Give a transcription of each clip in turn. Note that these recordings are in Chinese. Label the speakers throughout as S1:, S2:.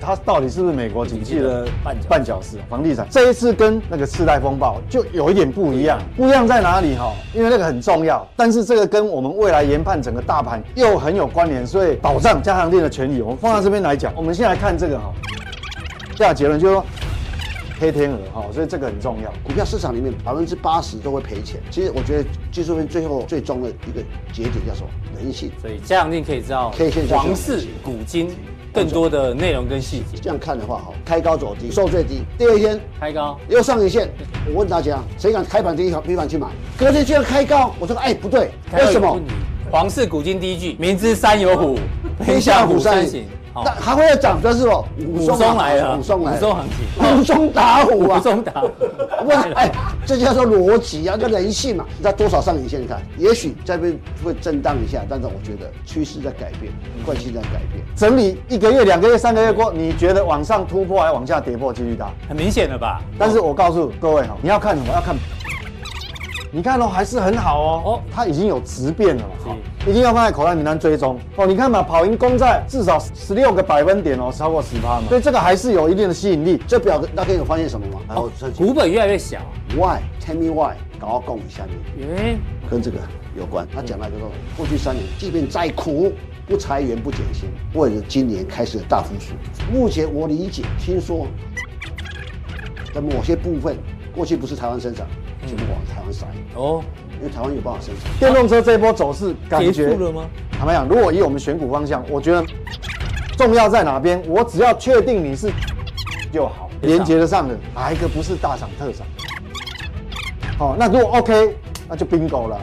S1: 它到底是不是美国嗯经济的
S2: 绊脚
S1: 绊脚石？房地产这一次跟那个次贷风暴就有一点不一样，不一样在哪里哈？因为那个很重要，但是这个跟我们未来研判整个大盘又很有关联，所以保障加强店的权益，我们放在这边来讲。我们先来看这个哈，下结论就是说。黑天鹅哈，所以这个很重要。
S3: 股票市场里面百分之八十都会赔钱。其实我觉得技术面最后最终的一个节点叫什么？人性。
S2: 所以嘉阳令可以知道
S3: 可以可以
S2: 皇室古今更多的内容跟细节。
S3: 这样看的话，哈，哦开高走低，收最低，第二天
S2: 开高，
S3: 又上影线。我问大家，谁敢开盘第一条平板去买？隔天居然开高，我说，哎，不对，为什么？？
S2: 皇室古今第一句，明知山有虎，偏向虎山行。好
S3: 但，还会要涨，但是哦，武
S2: 武松来了，
S3: 武松来
S2: 武松
S3: 了，
S2: 行情，
S3: 武松打虎啊
S2: 武！松打虎，
S3: 不，哎，这叫做逻辑啊，叫人性嘛。你知道多少上影线？你看，也许这边会震荡一下，但是我觉得趋势在改变，惯性在改变。
S1: 整理一个月、两个月、三个月过，你觉得往上突破还往下跌破几率大？
S2: 很明显了吧？
S1: 但是我告诉各位哈，哦你要看什么？要看，你看哦，还是很好哦。
S2: 哦
S1: 哦，它已经有质变了嘛，好一定要放在口袋名单追踪哦。你看嘛，跑赢公债至少十六个百分点哦，超过十趴嘛，所以这个还是有一定的吸引力。
S3: 这表格大家有发现什么吗？然后这
S2: 股哦本越来越小，
S3: why tell me why，搞到共一下面
S2: 诶，
S3: 跟这个有关。他讲到就是说，过去三年即便再苦，不裁员不减薪，为了今年开始的大复苏。目前我理解听说，在某些部分，过去不是台湾生产，全部往台湾塞，
S2: 哦，
S3: 因为台湾有办法生产。
S1: 电动车这一波走势感
S2: 结
S1: 觉
S2: 束了吗？
S1: 坦白讲，如果以我们选股方向，我觉得重要在哪边？我只要确定你是就好，连接得上的，哪一个不是大涨特涨？好、哦那如果 OK，那就 bingo 了。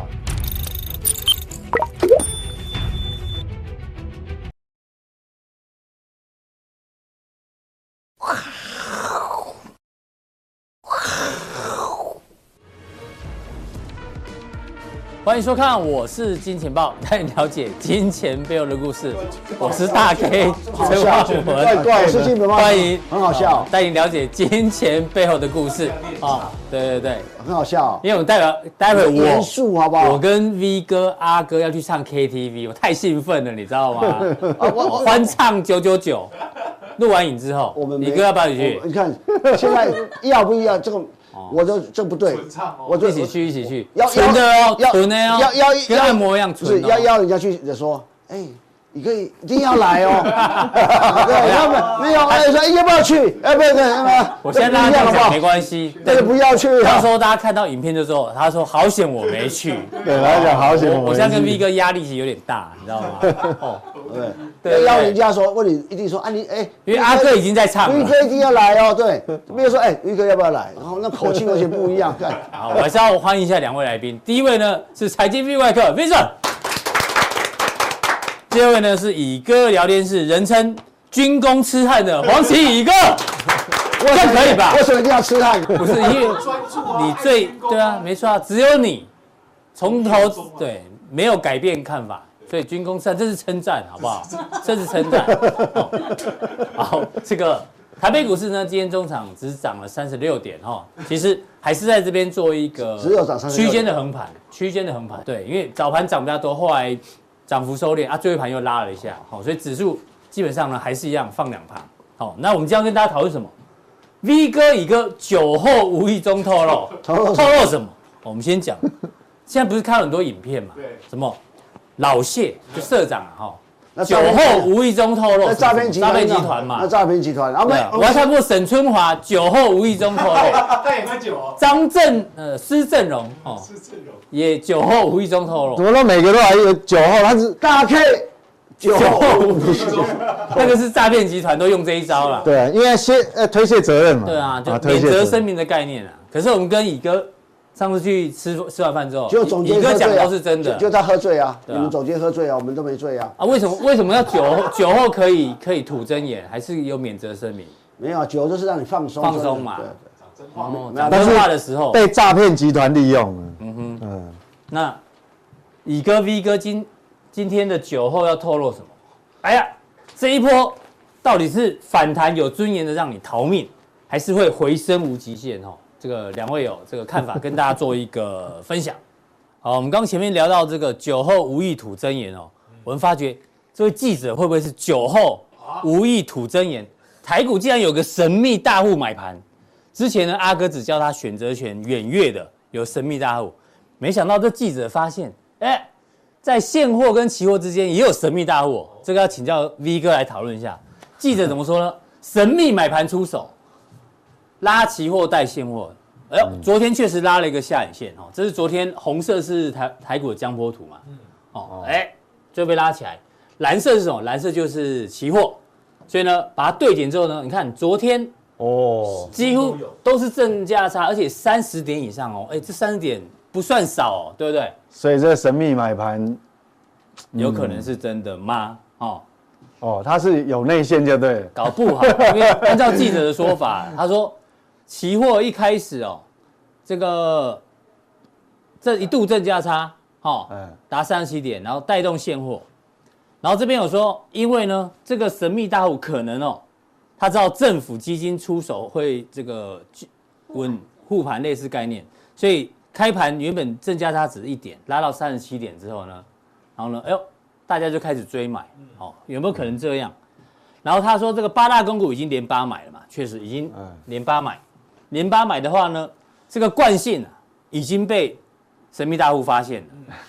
S2: 欢迎收看，我是金钱豹，带你了解金钱背后的故 事。我是大 K 陈
S3: 笑
S2: 焕
S3: 对
S1: 哎
S2: 文，
S3: 对，是金本吗？
S2: 欢迎，哦
S3: 很好笑，
S2: 带你了解金钱背后的故事啊！对对对，
S3: 很好笑。
S2: 因为我们代表待会
S3: 严
S2: 我。
S3: 肃啊好不好？
S2: 我跟 V 哥、阿哥要去唱 KTV，我太兴奋了，你知道吗？
S3: 哦
S2: 欢唱九九九，录完影之后，
S3: 我们没
S2: 你哥要不要你去哦
S3: 我？你看，现在要不 要这个？我这这不对，我这
S2: 一起去，一起去，
S3: 要
S2: 纯的哦，
S3: 要
S2: 纯的哦，
S3: 要要
S2: 跟按摩一样
S3: 不是
S2: 纯
S3: 要
S2: 哦。
S3: 要人家去说，哎，你可以一定要来 哦，对，要不没有，哎，说哎要不要去？哎，不对，要不
S2: 我先拉
S3: 这
S2: 他
S3: 不一样好不
S2: 讲
S3: 好
S2: 没？关系，
S3: 这个不要去
S2: 到
S3: 啊
S2: 时！候大家看到影片的时候，他说好险我没去。
S1: 对，
S3: 啊
S1: 来讲好险
S2: 我我现在跟 V
S1: 们
S2: 哥压力其实有点大，你知道 吗？哦，
S3: 对
S2: 对
S3: 要人家说问你，一定说啊你哎，
S2: 因为阿哥已经在唱
S3: 于
S2: 了
S3: 哥。一定要来哦，对，没有说哎，于哥要不要来？然后那口气完全不一 样，看
S2: 好，我还是要欢迎一下两位来宾。第一位呢是财经 V 外客 Vincent，第二位呢是以哥聊天室，人称军工痴汉的黄奇以哥，这样可以吧
S3: 为？什么一定要吃汉？
S2: 不是因为你最对啊，没错啊，只有你从头对没有改变看法，所以军工战这是称赞，好不好？这是称赞。哦好，这个台北股市呢，今天中场只涨了三十六点哈、哦，其实还是在这边做一个
S3: 只有涨36点
S2: 区间的横盘，区间的横盘。对，因为早盘涨比较多，后来涨幅收敛啊，最后一盘又拉了一下，好、所以指数基本上呢还是一样放两盘。好、那我们今天要跟大家讨论什么？V 哥、乙哥酒后无意中透 露，透露什么？我们先讲，现在不是看很多影片嘛？
S4: 对
S2: 什么老谢就社长啊，哈，
S3: 那
S2: 酒
S3: 诈骗
S2: 后无意中透露什么，
S3: 那诈骗集
S2: 诈
S3: 团呢，
S2: 骗集团嘛
S3: 那。诈骗集团，然后
S2: 对啊我还看过沈春华酒后无意中透 露，
S4: 他也喝酒哦，
S2: 张振呃施正荣哦
S4: 是阵容。
S2: 也酒后无意中透露
S1: 怎，么都每个都来一个酒后，他是
S3: 大 K 酒
S2: 酒后
S3: 后
S2: 无意中， 那个是诈骗集团都用这一招了。
S1: 对，因为卸呃推卸责任嘛。
S2: 对啊，就
S1: 推
S2: 免
S1: 卸责
S2: 责
S1: 任
S2: 声明的概念啊。可是我们跟乙哥上次去吃吃完饭之后，
S3: 就总
S2: 乙
S3: 监
S2: 哥
S3: 喝
S2: 讲
S3: 醉啊，
S2: 都是真的。
S3: 就就他喝醉啊，
S2: 对
S3: 你
S2: 啊
S3: 们总监喝醉啊，我们都没醉啊，
S2: 啊，为什么为什么要酒后酒后可以可以吐真言，还是有免责声明？
S3: 没有啊酒就是让你放松
S2: 放松嘛
S3: 对对
S2: 哦，讲真话的时候，
S1: 被诈骗集团利用了。嗯哼，嗯，
S2: 那乙哥 V 哥今今天的酒后要透露什么？哎呀，这一波到底是反弹有尊严的让你逃命，还是会回升无极限？哦，这个两位有这个看法，跟大家做一个分享。 好，我们刚前面聊到这个酒后无意吐真言哦，我们发觉这位记者会不会是酒后无意吐真言？台股竟然有个神秘大户买盘。之前呢，阿哥只叫他选择权远月的有神秘大户，没想到这记者发现，哎，在现货跟期货之间也有神秘大户哦、这个要请教 V 哥来讨论一下。记者怎么说呢？ 神秘买盘出手，拉期货带现货。哎呦，昨天确实拉了一个下影线哦，这是昨天红色是台台股的江波图嘛？哦，哎，就被拉起来。蓝色是什么？蓝色就是期货，所以呢，把它对点之后呢，你看昨天
S1: 哦，
S2: 几乎都是正价差，而且三十点以上哦。哎，这三十点不算少哦，对不对？
S1: 所以这个神秘买盘
S2: 有可能是真的吗？哦，
S1: 哦，它是有内线就对了。
S2: 搞不好，因为按照记者的说法，他说期货一开始哦，这个这一度正价差哦
S1: 嗯，
S2: 达三十七点，然后带动现货，然后这边有说，因为呢这个神秘大户可能哦，他知道政府基金出手会这个稳护盘类似概念，所以开盘原本正价差只是一点，拉到三十七点之后呢，然后呢，哎呦，大家就开始追买，哦，有没有可能这样？然后他说这个八大公股已经连八买了嘛，确实已经
S1: 嗯
S2: 连八买，连八买的话呢，这个惯性啊已经被神秘大户发现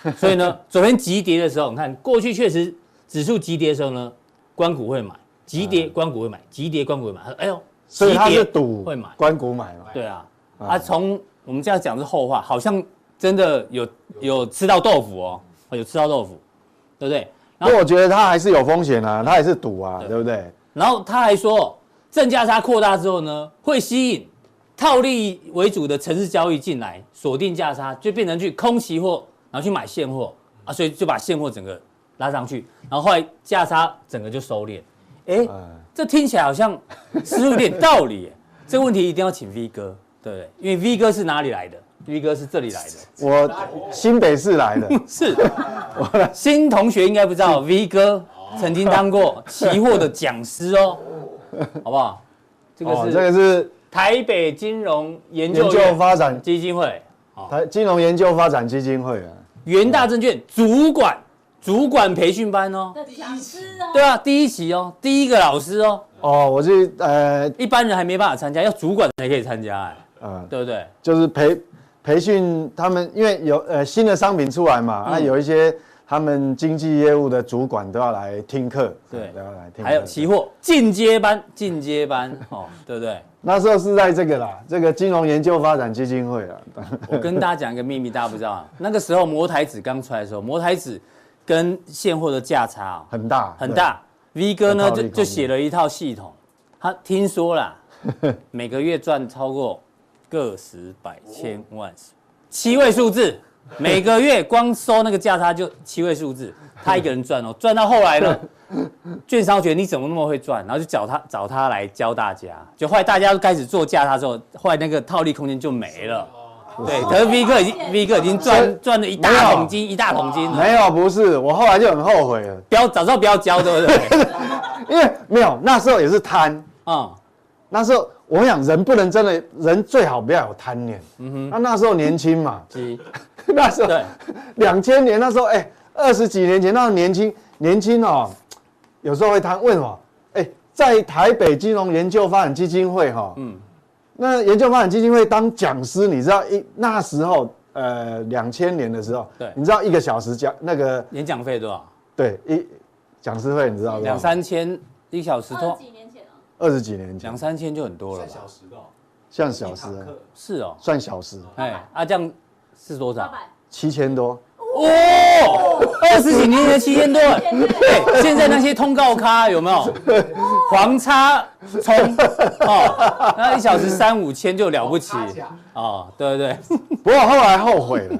S2: 了，所以呢，昨天急跌的时候，你看过去确实指数急跌的时候呢，关股会买，急跌关股会买，急跌关股会买，哎呦，
S1: 嗯所以它
S2: 急跌
S1: 是赌
S2: 会买，
S1: 关谷买嘛？
S2: 对啊，啊，从我们这样讲是后话，好像真的有有吃到豆腐哦，哦有吃到豆腐，对不对？
S1: 不
S2: 然后
S1: 过我觉得它还是有风险啊，它也是赌啊，对不对？
S2: 然后他还说，正价差扩大之后呢，会吸引套利为主的城市交易进来，锁定价差，就变成去空期货，然后去买现货啊，所以就把现货整个拉上去，然后后来价差整个就收敛。哎，
S1: 嗯，
S2: 这听起来好像似乎有点道理耶。这个问题一定要请 V 哥，对不对？因为 V 哥是哪里来的？V 哥是这里来的，
S1: 我新北市来的，
S2: 是。新同学应该不知道，V 哥曾经当过期货的讲师哦，好不好？ 这个
S1: 哦，
S2: 是
S1: 这个是
S2: 台北金融研
S1: 研
S2: 究
S1: 究
S2: 院哦
S1: 发展
S2: 基金会，
S1: 台金融研究发展基金会啊，
S2: 元大证券主管主管培训班哦，
S4: 的讲师哦，
S2: 对啊，第一期哦，第一个老师哦，
S1: 哦，我是呃
S2: 一般人还没办法参加，要主管才可以参加，哎，
S1: 呃，
S2: 对不对？
S1: 就是培培训他们，因为有呃新的商品出来嘛，
S2: 嗯
S1: 那、有一些他们经纪业务的主管都要来听课，啊
S2: 对
S1: 都要来听课。
S2: 还有期货进阶班，进阶班哦，对不对？
S1: 那时候是在这个啦，这个金融研究发展基金会啦，啊
S2: 我跟大家讲一个秘密，大家不知道啊，那个时候摩台子刚出来的时候，摩台子跟现货的价差哦
S1: 很大
S2: 很。大。V 哥呢
S1: 很暴力
S2: 就
S1: 恐怖
S2: 就写了一套系统，他听说 啦，每个月赚超过个十百千万七位数字，每个月光收那个价差就七位数字，他一个人赚哦，赚到后来呢，券商觉得你怎么那么会赚，然后就找他找他来教大家，就后来大家都开始做价差之后，后来那个套利空间就没了。
S1: 哦
S2: 对，可是 V 哥已经 V 哥已经赚赚了一大桶金，一大桶金
S1: 对
S2: 了，
S1: 没有，不是，我后来就很后悔了，
S2: 不要早知道不要教，对不对？
S1: 因为没有那时候也是贪，
S2: 啊、
S1: 那时候我想人不能真的人最好不要有贪念，嗯哼，那那时候年轻嘛，
S2: 鸡，
S1: 那时候
S2: 对，
S1: 两千年那时候，哎，二十几年前那时候年轻年轻哦，有时候会谈为什么？哎，在台北金融研究发展基金会哈、嗯，那研究发展基金会当讲师，你知道一那时候呃两千年的时候，
S2: 对
S1: 你知道一个小时讲那个
S2: 演讲费多少？
S1: 对一讲师会，你知道
S2: 两
S1: 吗？
S2: 三千一小时
S4: 二
S2: 通
S4: 十，几年前啊，
S1: 二十几年前
S2: 两，三千就很多了
S5: 三
S2: 吧？
S5: 小时的哦，
S1: 像小时啊
S5: 一堂课
S2: 是哦，
S1: 算小时，
S2: 哎，啊这样是啊多
S4: 八
S2: 少？
S4: 百，
S1: 七千多。
S2: 哦，二十几年前七千多，
S4: 现在
S2: 对，现在那些通告咖有没有？黄叉冲哦，那一小时三五千就了不起
S5: 差价
S2: 哦，对对
S1: 不过后来后悔了，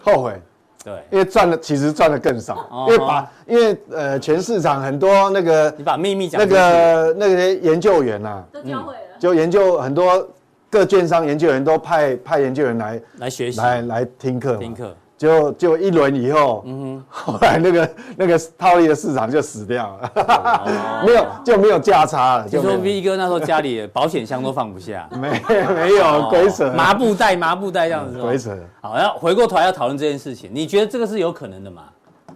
S1: 后悔。
S2: 对，
S1: 因为赚的其实赚的更少，因为把因为呃全市场很多那个
S2: 哦你把秘密讲
S1: 那
S2: 出去
S1: 个那些研究员呐、
S4: 都教会了，
S1: 就研究很多各券商研究员都派派研究员来
S2: 来学习
S1: 来来听课嘛，
S2: 听课，
S1: 就就一轮以后，嗯后来那个那个套利的市场就死掉了， 没有就没有价差了，
S2: 哦听
S1: 就
S2: 说
S1: 没
S2: V 哥那时候家里的保险箱都放不下，
S1: 有没没有鬼扯嗯
S2: 哦麻布袋麻布袋这样子，哦
S1: 鬼扯，
S2: 好，那回过头来要讨论这件事情，你觉得这个是有可能的吗？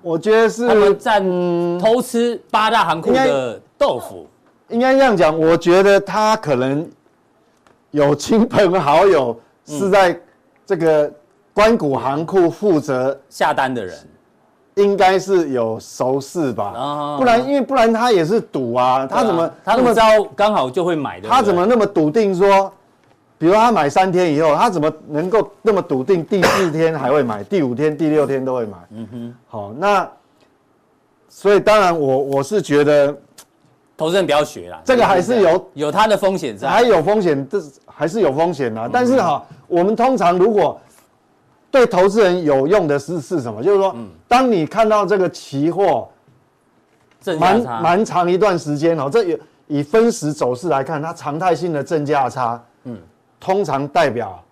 S1: 我觉得是
S2: 他们占偷吃八大行库
S1: 呃嗯应该
S2: 的豆腐，
S1: 应该这样讲，我觉得他可能有亲朋好友是在这个关谷行库负责，
S2: 下单的人，
S1: 应该是有熟识
S2: 哦
S1: 吧？不然，因为不然他也是赌啊，他怎
S2: 对
S1: 么
S2: 啊他
S1: 那
S2: 怎么
S1: 么
S2: 知道刚好就会买的？对不对
S1: 他怎么那么笃定说，比如他买三天以后，他怎么能够那么笃定第四天还会买，第五天、第六天都会买？嗯哼，好，那所以当然我我是觉得
S2: 投资人不要学啦？
S1: 这个还是有
S2: 有它的风险在。
S1: 还有风险，这还是有风险的、啊但是哈、我们通常如果对投资人有用的是是什么？就是说，当你看到这个期货
S2: 正价
S1: 蛮
S2: 差
S1: 蛮长一段时间哦，这有以分时走势来看，它常态性的正价差，嗯，通常代表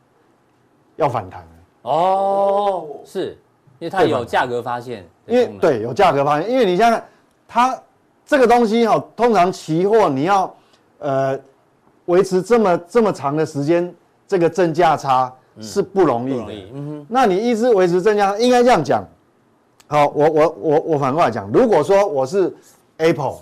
S1: 要反弹了，
S2: 哦，是因为它
S1: 对吧
S2: 有价格发现的
S1: 因为
S2: 功能，
S1: 对有价格发现，因为你像它这个东西哦，通常期货你要呃维持这么这么长的时间，这个正价差是不容易
S2: 嗯不
S1: 的。
S2: 容易。嗯哼，
S1: 那你一直维持正价，应该这样讲。好，我我我我反过来讲，如果说我是 Apple，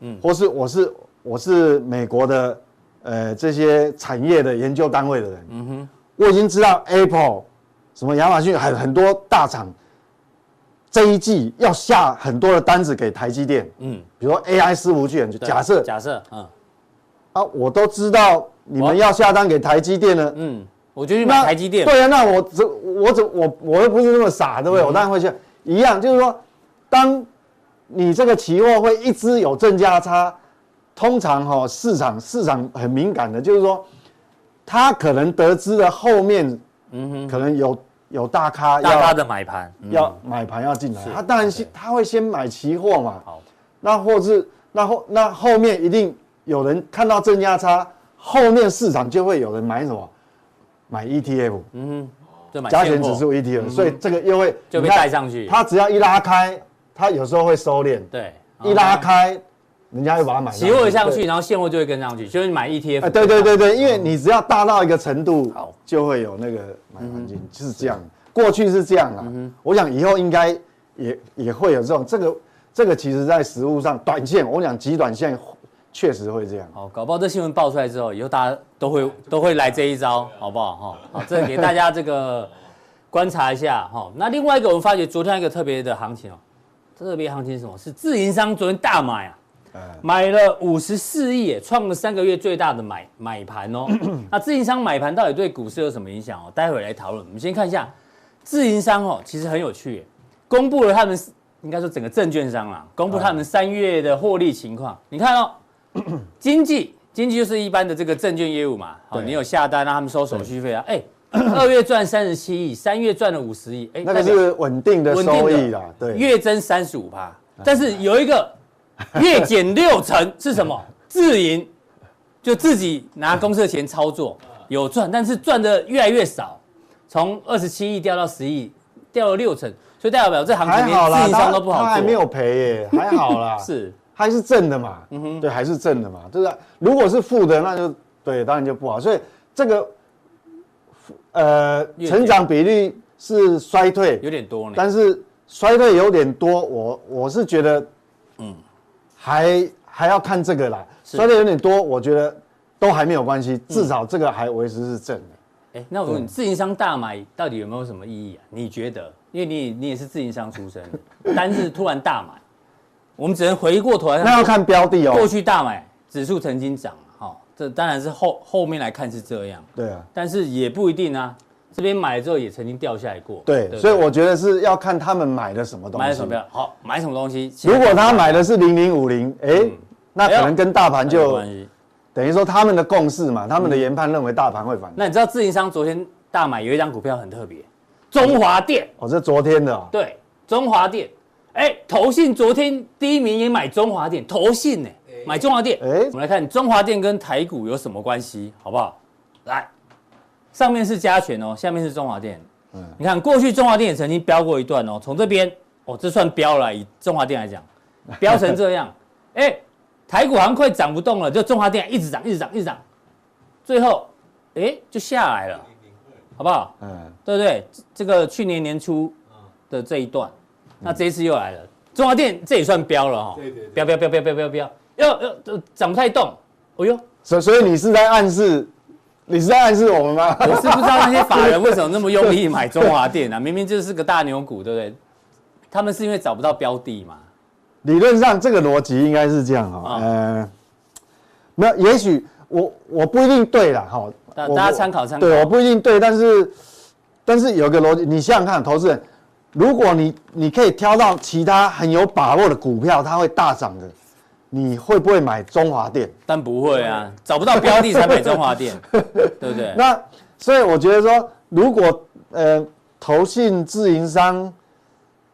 S1: 嗯，或是我是我是美国的呃这些产业的研究单位的人，嗯哼，我已经知道 Apple 什么亚马逊很很多大厂这一季要下很多的单子给台积电，
S2: 嗯，
S1: 比如说 AI 伺服器很，
S2: 对
S1: 假设
S2: 假设，嗯
S1: 啊，我都知道你
S2: 我
S1: 们要下单给台积电了，
S2: 嗯，我就去买
S1: 那
S2: 台积电。嗯
S1: 对啊，那我怎我怎我我又不是那么傻，对不对？我当然会去一样，就是说，当你这个期货会一直有正价差，通常哈、哦、市场市场很敏感的，就是说，他可能得知了后面，嗯哼，可能有有大咖要
S2: 大咖的买盘，嗯
S1: 要买盘要进来，他当然先他会先买期货嘛，
S2: 好，
S1: 那或是那后那后面一定有人看到正价差，后面市场就会有人买什么，买 ETF。
S2: 就买
S1: 加
S2: 嗯现
S1: 权
S2: 货嗯
S1: 指数 ETF，、所以这个又会
S2: 就被
S1: 你看
S2: 带上去
S1: 它只要一拉开，它有时候会收敛，
S2: 对，嗯
S1: 一拉开，人家又把它买上去
S2: 期货上去，
S1: 对
S2: 然后现货就会跟上去，就是买 E ETF。
S1: 哎，对对对对，因为你只要大到一个程度
S2: 好，
S1: 就会有那个买环境，就是这样。过去是这样啦，我想以后应该也也会有这种这个这个，其实在实物上，短线我讲极短线确实会这样。
S2: 好，搞不好这新闻爆出来之后，以后大家都会都会来这一招，好不好？哈、好，这给大家这个观察一下哈、那另外一个，我们发觉昨天一个特别的行情哦，特别行情是什么？是自营商昨天大买啊，
S1: 哎
S2: 买了五十四亿耶，创了三个月最大的买买盘 哦。那自营商买盘到底对股市有什么影响哦？待会来讨论。我们先看一下自营商哦，其实很有趣耶，公布了他们应该说整个证券商啦，公布他们三月的获利情况。你看 哦，经济经济就是一般的这个证券业务嘛，好，
S1: 对
S2: 你有下单让他们收手续费啊，哎。二月赚三十七亿，三月赚了五十亿，哎，
S1: 那个
S2: 代表
S1: 是稳定的
S2: 稳定
S1: 收
S2: 的
S1: 益啦，对，
S2: 月增三十五趴，但是有一个月减六成是 什么？自营，就自己拿公司的钱操作，
S1: 啊
S2: 有赚，但是赚的越来越少，从二十七亿掉到十亿，掉了六成，所以代表这行情
S1: 还好
S2: 连自
S1: 啦，
S2: 营
S1: 他
S2: 商都不好做，
S1: 他还没有赔耶，还好啦，
S2: 是
S1: 还是正的嘛，
S2: 嗯
S1: 对，还是正的嘛，就是如果是负的，那就对，当然就不好。所以这个呃
S2: 月减
S1: 成长比率是衰退，
S2: 有点多呢。
S1: 但是衰退有点多，我我是觉得，嗯，还还要看这个啦，衰退有点多，我觉得都还没有关系，
S2: 嗯
S1: 至少这个还维持是正的。
S2: 哎，那我问你，自营商大买到底有没有什么意义啊？你觉得？因为你你也是自营商出身 的，单是突然大买，我们只能回过头来看
S1: 那要看标的哦，
S2: 过去大买指数曾经涨，啊哈、这当然是后后面来看是这样，
S1: 对啊。
S2: 但是也不一定啊。这边买了之后也曾经掉下来过，
S1: 对，
S2: 不
S1: 所以我觉得是要看他们买的什么东西。
S2: 买了什么标好，买什么东西？
S1: 如果他买的是零零五零，哎，那可能跟大盘
S2: 那嗯有
S1: 就
S2: 关系。
S1: 等于说他们的共识嘛，他们的研判认为大盘会反弹。
S2: 那你知道自营商昨天大买有一张股票很特别，中华电，
S1: 哦，这昨天的哦
S2: 对，中华电，哎，投信昨天第一名也买中华电，投信呢、买中华电，哎
S1: 哎，
S2: 我们来看中华电跟台股有什么关系，好不好？来，上面是加权哦，下面是中华电，嗯，你看过去中华电也曾经飙过一段哦，从这边，哦，这算飙了，以中华电来讲，飙成这样，哎，台股好像快涨不动了，就中华电一直涨，一直涨，一直涨，最后，哎，就下来了，好不好？
S1: 嗯，
S2: 对不对？这这个去年年初的
S1: 嗯
S2: 这一段，那这一次又来了，中华电这也算标了哈、哦，标标标标标标标，要要呃涨不太动。哎呦，
S1: 所以所以你是在暗示，你是在暗示我们吗？
S2: 我是不知道那些法人为什么那么用力买中华电啊，明明就是个大牛股，对不对？他们是因为找不到标的嘛？
S1: 理论上这个逻辑应该是这样哈、
S2: 啊
S1: 呃，没有，也许我我不一定对啦，哈，
S2: 大
S1: 我
S2: 大家参考参考
S1: 对，我不一定对，但是但是有个逻辑，你想想看，投资人，如果你你可以挑到其他很有把握的股票，它会大涨的，你会不会买中华电？
S2: 但不会啊，找不到标的才买中 华电，对不对？
S1: 那所以我觉得说，如果呃投信自营商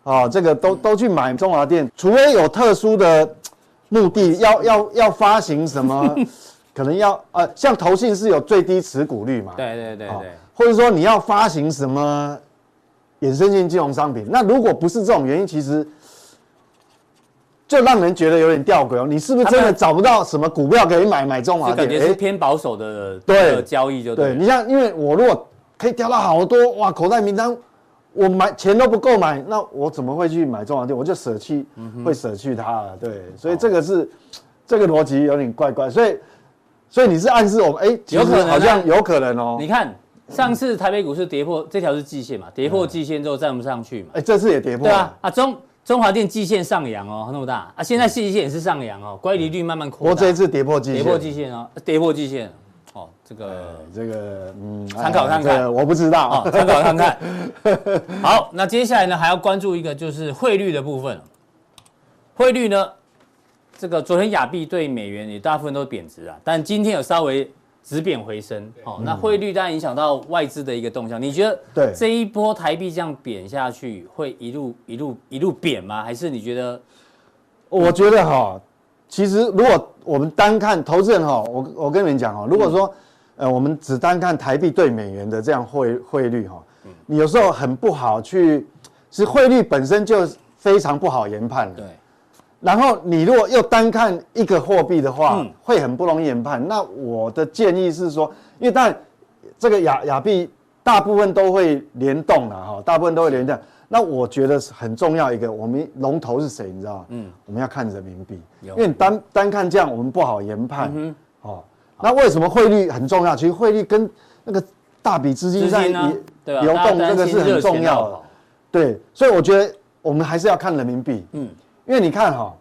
S1: 哦，这个都都去买中华电，除非有特殊的嘖目的，要要要发行什么，可能要呃，像投信是有最低持股率嘛，
S2: 对对对
S1: 哦
S2: 对，
S1: 或者说你要发行什么衍生性金融商品，那如果不是这种原因，其实。就让人觉得有点吊诡哦，你是不是真
S2: 他
S1: 的
S2: 们
S1: 找不到什么股票可以买买中华
S2: 就
S1: 电？
S2: 感觉是
S1: 诶
S2: 偏保守的
S1: 对
S2: 的交易，就对
S1: 对
S2: 了。
S1: 你像，因为我如果可以挑到好多哇，口袋名单，我买钱都不够买，那我怎么会去买中华电？我就舍弃，
S2: 嗯
S1: 会舍弃它了。对，所
S2: 哦
S1: 以这个是、这个逻辑有点怪怪，所以所以你是暗示我们，哎、其
S2: 有
S1: 实
S2: 可能啊
S1: 好像有可能哦、
S2: 你看上次台北股市跌破这条是季线嘛，跌破季线之后站不上去嘛
S1: 哎、，这次也跌破
S2: 对
S1: 了，
S2: 啊啊中中华电季线上扬哦，那么大啊，现在季线也是上扬哦，乖离率慢慢
S1: 不
S2: 扩
S1: 过嗯
S2: 大
S1: 这一，次跌破季
S2: 跌
S1: 线，
S2: 破季线哦，跌破季线哦，这个
S1: 这个嗯，
S2: 参考
S1: 哎
S2: 看看
S1: 这个我不知道。啊
S2: 哦，参考看看。好，那接下来呢还要关注一个就是汇率的部分，汇率呢，这个昨天亚币对美元也大部分都贬值啊，但今天有稍微止贬回升。哦，那汇率当然影响到外资的一个动向，你觉得
S1: 嗯对
S2: 这一波台币这样贬下去会一路一路一路贬吗？还是你觉得
S1: 我觉得哈，其实如果我们单看投资人哈，我我跟你们讲哈，如果说、呃我们只单看台币对美元的这样汇汇率哈，你有时候很不好去，是汇率本身就非常不好研判的。
S2: 对？
S1: 然后你如果又单看一个货币的话，
S2: 嗯
S1: 会很不容易研判。那我的建议是说，因为当然这个亚亚币大部分都会联动了啊哈，大部分都会联动。那我觉得是很重要一个，我们龙头是谁，你知道吗？嗯，我们要看人民币，
S2: 有嗯
S1: 因为你单单看这样，我们不好研判。哦，那为什么汇率很重要？其实汇率跟那个大笔资金
S2: 资
S1: 在
S2: 金呢
S1: 也？
S2: 对吧？
S1: 流
S2: 大家
S1: 动，这
S2: 担
S1: 个
S2: 心
S1: 是
S2: 热
S1: 很
S2: 钱啊
S1: 重要
S2: 到
S1: 的
S2: 跑。
S1: 对，所以我觉得我们还是要看人民币。
S2: 嗯，
S1: 因为你看哈、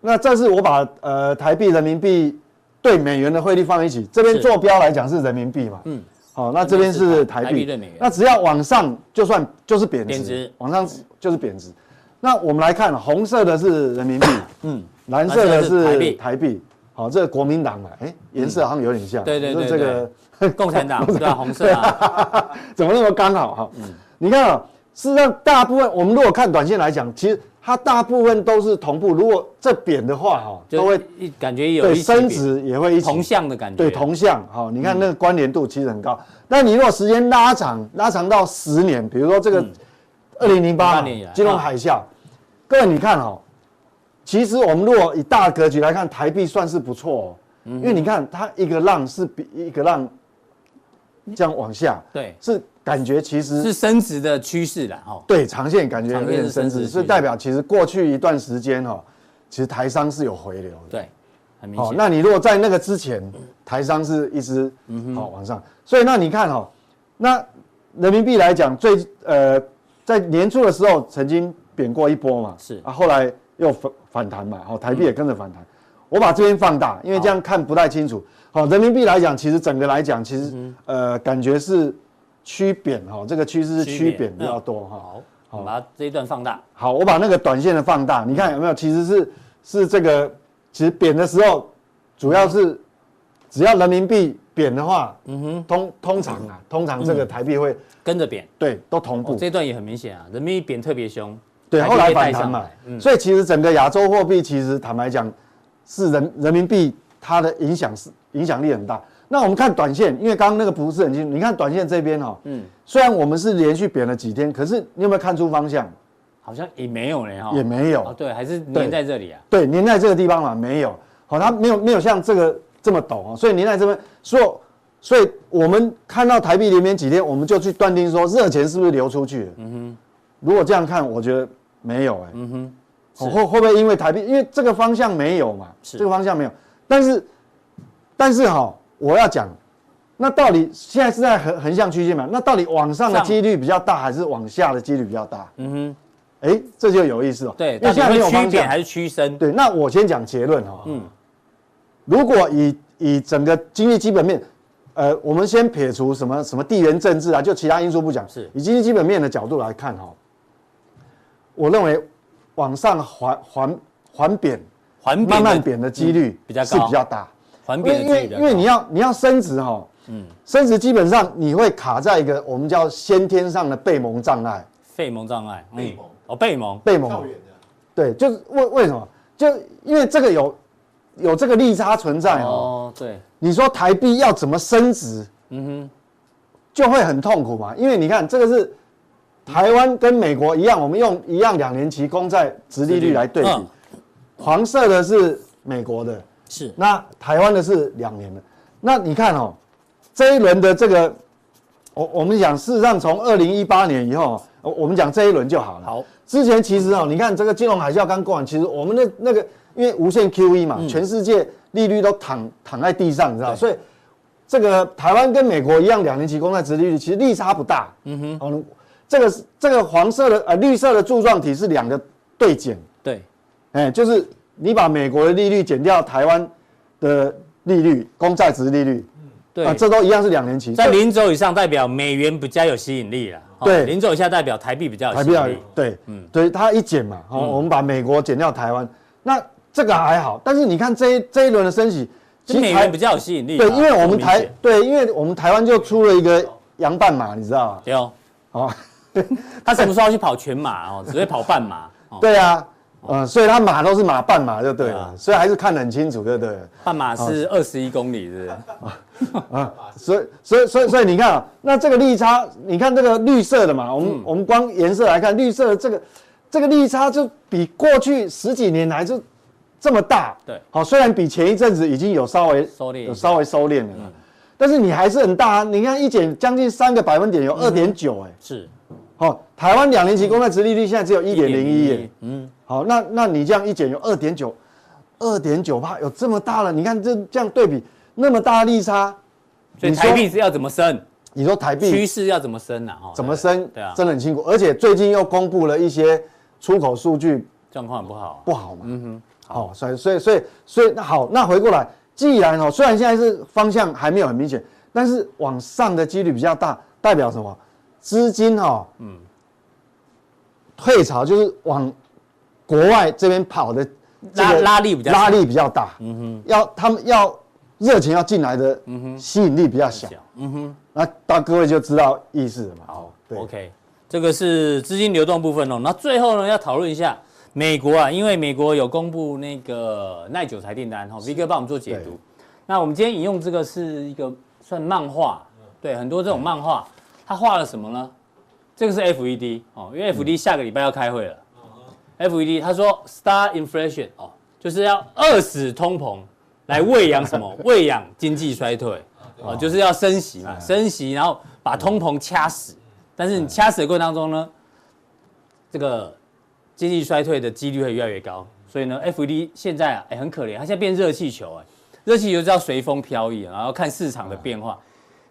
S1: 那这是我把呃台币、人民币对美元的汇率放一起，这边
S2: 是
S1: 坐标来讲是人民币嘛，
S2: 嗯，
S1: 好、那这边是台
S2: 台币
S1: 币
S2: 对美元
S1: 那只要往上就算就是贬值，
S2: 贬值
S1: 往上就是贬值。那我们来看，红色的是人民币，
S2: 嗯，
S1: 蓝色的
S2: 蓝色是台
S1: 是
S2: 币
S1: 台币。好，这个国民党嘛，哎，颜色好像有点像，
S2: 对对
S1: 就
S2: 对
S1: 这个
S2: 共 产党对吧？红色啊，
S1: 怎么那么刚好哈？你看啊，事实上大部分我们如果看短线来讲，其实它大部分都是同步。如果这贬的话哈，
S2: 就
S1: 都会
S2: 一感觉有
S1: 对
S2: 一起
S1: 升
S2: 贬
S1: 值也会一起
S2: 同向的感觉，啊
S1: 对同向哈、你
S2: 嗯
S1: 看那个关联度其实很高。那你如果时间拉长，拉长到十年，比如说这个二零零八
S2: 08年以来啊
S1: 金融海啸，各位你看哈、其实我们如果以大格局来看，台币算是不错哦，
S2: 嗯
S1: 因为你看它一个浪是比一个浪这样往下，
S2: 对，
S1: 是感觉其实
S2: 是升值的趋势啦，哦，
S1: 对长线感觉
S2: 长
S1: 有
S2: 线是
S1: 点升
S2: 升值
S1: 值，所以
S2: 趋势
S1: 代表其实过去一段时间哈、哦，其实台商是有回流的。
S2: 对，很明
S1: 好、
S2: 显。
S1: 那你如果在那个之前，台商是一直好、
S2: 嗯
S1: 往上，所以那你看哦，那人民币来讲，最呃在年初的时候曾经贬过一波嘛，
S2: 是嗯
S1: 啊，后来又反反弹嘛，好、台币也跟着反弹。我把这边放大，因为这样看不太清楚。好、人民币来讲，其实整个来讲，其
S2: 嗯
S1: 实、呃感觉是趋贬哈，这个趋势是趋贬比
S2: 嗯
S1: 较多哈。
S2: 好，我们把它这一段放大，
S1: 好，我把那个短线的放大，你看有没有？其实是是这个，其实贬的时候，主要是只要人民币贬的话，嗯哼，通通常啊，通常这个台币会、
S2: 跟着贬。
S1: 对都同步，
S2: 嗯哦，这一段也很明显啊，人民币贬特别凶，
S1: 对，
S2: 台币
S1: 后来
S2: 被带
S1: 反弹
S2: 上
S1: 嘛
S2: 来，嗯，
S1: 所以其实整个亚洲货币，其实坦白讲，是人人民币它的影响是影响力很大。那我们看短线，因为刚刚那个不是很清楚，你看短线这边哈、哦，
S2: 嗯
S1: 嗯，虽然我们是连续贬了几天，可是你有没有看出方向？
S2: 好像也没有呢哈，
S1: 也没有
S2: 哦，对，还是粘在这里啊，
S1: 对，粘在这个地方嘛，没有，好、它没有没有像这个这么陡哦，所以粘在这边，所以所以我们看到台币连绵几天，我们就去断定说热钱是不是流出去了。嗯哼，如果这样看，我觉得没有哎、嗯哼，哦会会不会因为台币？因为这个方向没有嘛，
S2: 是
S1: 这个方向没有。但是，但是哈，我要讲，那到底现在是在横横向区间嘛？那到底往上的
S2: 上
S1: 几率比较大，还是往下的几率比较大？
S2: 嗯
S1: 哎、这就有意思哦。
S2: 哼，对，
S1: 因为
S2: 到
S1: 现在
S2: 底
S1: 没有
S2: 会
S1: 方向
S2: 趋贬。还是趋升？
S1: 对，那我先讲结论哈、
S2: 嗯，
S1: 如果以以整个经济基本面，呃，我们先撇除什么什么地缘政治啊，就其他因素不讲，
S2: 是
S1: 以经济基本面的角度来看哈、我认为往上环环环贬、
S2: 环
S1: 慢
S2: 贬
S1: 慢
S2: 的
S1: 贬的几率
S2: 嗯比较
S1: 是
S2: 高
S1: 比较大，
S2: 环
S1: 因
S2: 贬的
S1: 为因
S2: 几
S1: 为
S2: 率比较
S1: 因为
S2: 高
S1: 你要你要升值哈、
S2: 嗯
S1: 升值基本上你会卡在一个我们叫先天上的背蒙障碍，
S2: 肺蒙障碍，嗯
S4: 背蒙
S2: 哦背蒙，
S1: 背蒙
S4: 跳远的，
S1: 对，就是为为什么？就因为这个有有这个利差存在哦
S2: 哦对，
S1: 你说台币要怎么升值，
S2: 嗯
S1: 就会很痛苦嘛。因为你看，这个是台湾跟美国一样，我们用一样两年期公债殖利率来对比
S2: 嗯，
S1: 黄色的是美国的，
S2: 哼，是
S1: 那台湾的是两年的。那你看哦，这一轮的这个，我我们讲，事实上从二零一八年以后，我我们讲这一轮就好了。
S2: 好，
S1: 之前其实哦，你看这个金融海啸刚过完，其实我们的那个因为无限 QE 嘛，全世界利率都躺躺在地上，你知道，
S2: 嗯对
S1: 所以这个台湾跟美国一样，两年期公债殖利率其实利差不大。嗯哼，哦，这个是这个黄色的呃绿色的柱状体是两个对减，
S2: 对，
S1: 哎、就是你把美国的利率减掉台湾的利率，公债值利率，
S2: 对
S1: 啊，这都一样是两年期，
S2: 在
S1: 这
S2: 零轴以上代表美元比较有吸引力啦，哦
S1: 对
S2: 零轴以下代表台币比较有
S1: 台
S2: 吸
S1: 币要
S2: 引力，
S1: 对，嗯，所以它一减嘛，
S2: 嗯
S1: 好、我们把美国减掉台湾，那这个还好，但是你看这一这一轮的升息，
S2: 就美
S1: 台
S2: 元比较有吸引力啦，
S1: 对，因为我
S2: 这
S1: 们
S2: 明
S1: 台
S2: 显
S1: 对，因为我们台湾就出了一个杨半马，你知道吗？
S2: 对哦，
S1: 哦，
S2: 他什么时候要去跑全马哦，只会跑半马哦，
S1: 对啊，嗯、所以他马都是马半马就对
S2: 对
S1: 了，
S2: 啊
S1: 所以还是看得很清楚，对不对了？
S2: 半马
S1: 哦
S2: 是二十一公里， 是不是？
S1: 啊，所以所以所以所以你看啊，那这个利差，你看这个绿色的嘛，我们、我们光颜色来看，绿色的这个这个利差就比过去十几年来就这么大。
S2: 对
S1: 好、虽然比前一阵子已经有稍微
S2: 收敛一
S1: 有
S2: 下
S1: 稍微收敛了啦、但是你还是很大、啊。你看一减将近三个百分点，有二点九，哎，
S2: 是
S1: 好、台湾两年期公债殖利率现在只有一点零一，哎
S2: 1.01，嗯，
S1: 好，那那你这样一减有二点九，二点九八有这么大了，你看这这样对比那么大的利差。
S2: 嗯所以
S1: 你说
S2: 台币是要怎么升，
S1: 你说台币
S2: 趋势要怎么升啊？哦
S1: 怎么升，
S2: 对啊，
S1: 真的很辛苦。而且最近又公布了一些出口数据
S2: 状况很不好啊，
S1: 不好嘛，嗯哼，好、所以所以所以所以那好，那回过来，既然哦，虽然现在是方向还没有很明显，但是往上的几率比较大，代表什么？资金哦，嗯，退潮就是往国外这边跑的这
S2: 拉
S1: 个
S2: 拉力比较小
S1: 拉力比较大，嗯哼，要他们要热情要进来的，嗯哼，吸引力比较小，
S2: 嗯哼。
S1: 那到各位就知道意思了嘛。好，对。
S2: OK，这个是资金流动部分哦。那最后呢，要讨论一下美国啊，因为美国有公布那个耐久材订单哈、v 哥帮我们做解读
S1: 对。
S2: 那我们今天引用这个是一个算漫画，对，很多这种漫画，他画了什么呢？这个是 FED 哦，
S1: 嗯
S2: 因为 FED 下个礼拜要开会了。FED 他说 star inflation 哦，就是要饿死通膨来喂养什么？喂养经济衰退哦，就是要升息嘛，升息然后把通膨掐死。但是你掐死的过程当中呢，这个经济衰退的几率会越来越高。所以呢，FED 现在啊，哎、很可怜，它现在变热气球、哎，热气球就要随风飘逸，然后看市场的变化。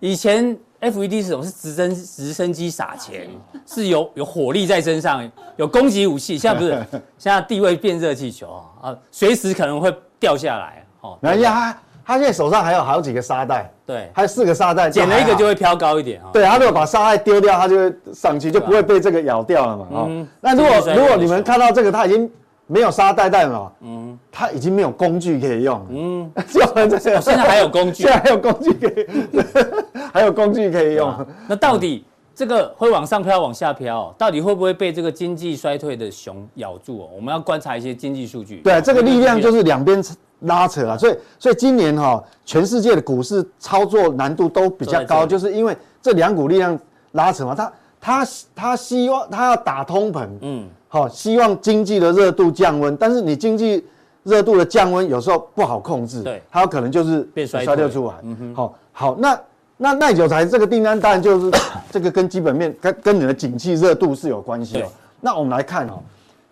S2: 以前 FED 是什么？是直升直升机撒钱，是有有火力在身上，有攻击武器。现在不是，现在地位变热气球啊，啊，随时可能会掉下来。哦，
S1: 没关系，他他现在手上还有好几个沙袋，
S2: 对，
S1: 还有四个沙袋，
S2: 捡了一个就
S1: 会。
S2: 会飘高一点啊。哦
S1: 对，他如果把沙袋丢掉，他就会上去，就不会被这个咬掉了嘛。哦
S2: 嗯，
S1: 那如果
S2: 这就是
S1: 如
S2: 在
S1: 果
S2: 那里
S1: 你们
S2: 手
S1: 看到这个，他已经没有沙袋袋了，嗯，他已经没有工具可以用，嗯， 就很这样。
S2: 现在还有工
S1: 现
S2: 具嗯
S1: 在还有工具可以， 还有工具可以用。
S2: 哦那到底这个会往上飘、往下飘、哦到底会不会被这个经济衰退的熊咬住、哦？我们要观察一些经济数据。
S1: 对，这个力量就是是两边拉扯啊，所以所以今年哈、全世界的股市操作难度都比较高，
S2: 都在这
S1: 就是因为这两股力量拉扯嘛，它它它希望它要打通膨，
S2: 嗯，
S1: 好、希望经济的热度降温，但是你经济热度的降温有时候不好控制，
S2: 对
S1: 它有可能就是
S2: 变衰退嗯
S1: 衰退出来。好、好，那那耐久材这个订单当然就是 这个跟基本面跟跟你的景气热度是有关系哦
S2: 对。
S1: 那我们来看哦，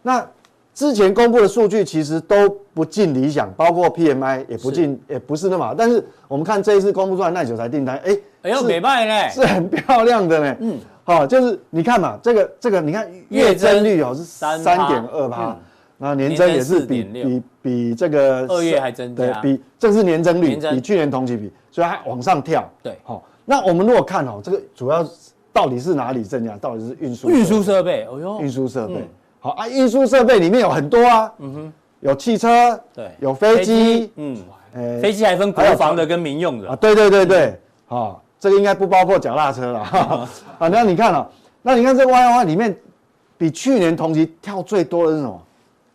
S1: 那之前公布的数据其实都不尽理想，包括 PMI 也不尽，也不是那么好。但是我们看这一次公布出来耐久材订单，哎、
S2: 哎呦，
S1: 是
S2: 美败嘞，
S1: 是很漂亮的呢。嗯，好、就是你看嘛，这个这个，你看
S2: 月
S1: 月
S2: 增
S1: 增率哦是
S2: 3%
S1: 三点二趴
S2: 嗯，
S1: 那年增也是比
S2: 年增4.6
S1: 比比这个
S2: 二月还增加
S1: 对，比这是年增率
S2: 年增
S1: 比去年同期比，所以它往上跳。
S2: 对
S1: 好、那我们如果看哦，这个主要到底是哪里增加？到底是运输
S2: 运输设备，哎呦
S1: 运，输设备。好、啊，运输设备里面有很多啊，嗯哼，有汽车，
S2: 对，
S1: 有飞机，
S2: 嗯，
S1: 呃
S2: 飞机还分国
S1: 还有
S2: 防的跟民用
S1: 啊，
S2: 的，
S1: 对对对对，好、这个应该不包括脚踏车 了。啊，那你看哦，那你看这 Y Y 里面，比去年同期跳最多的是什么？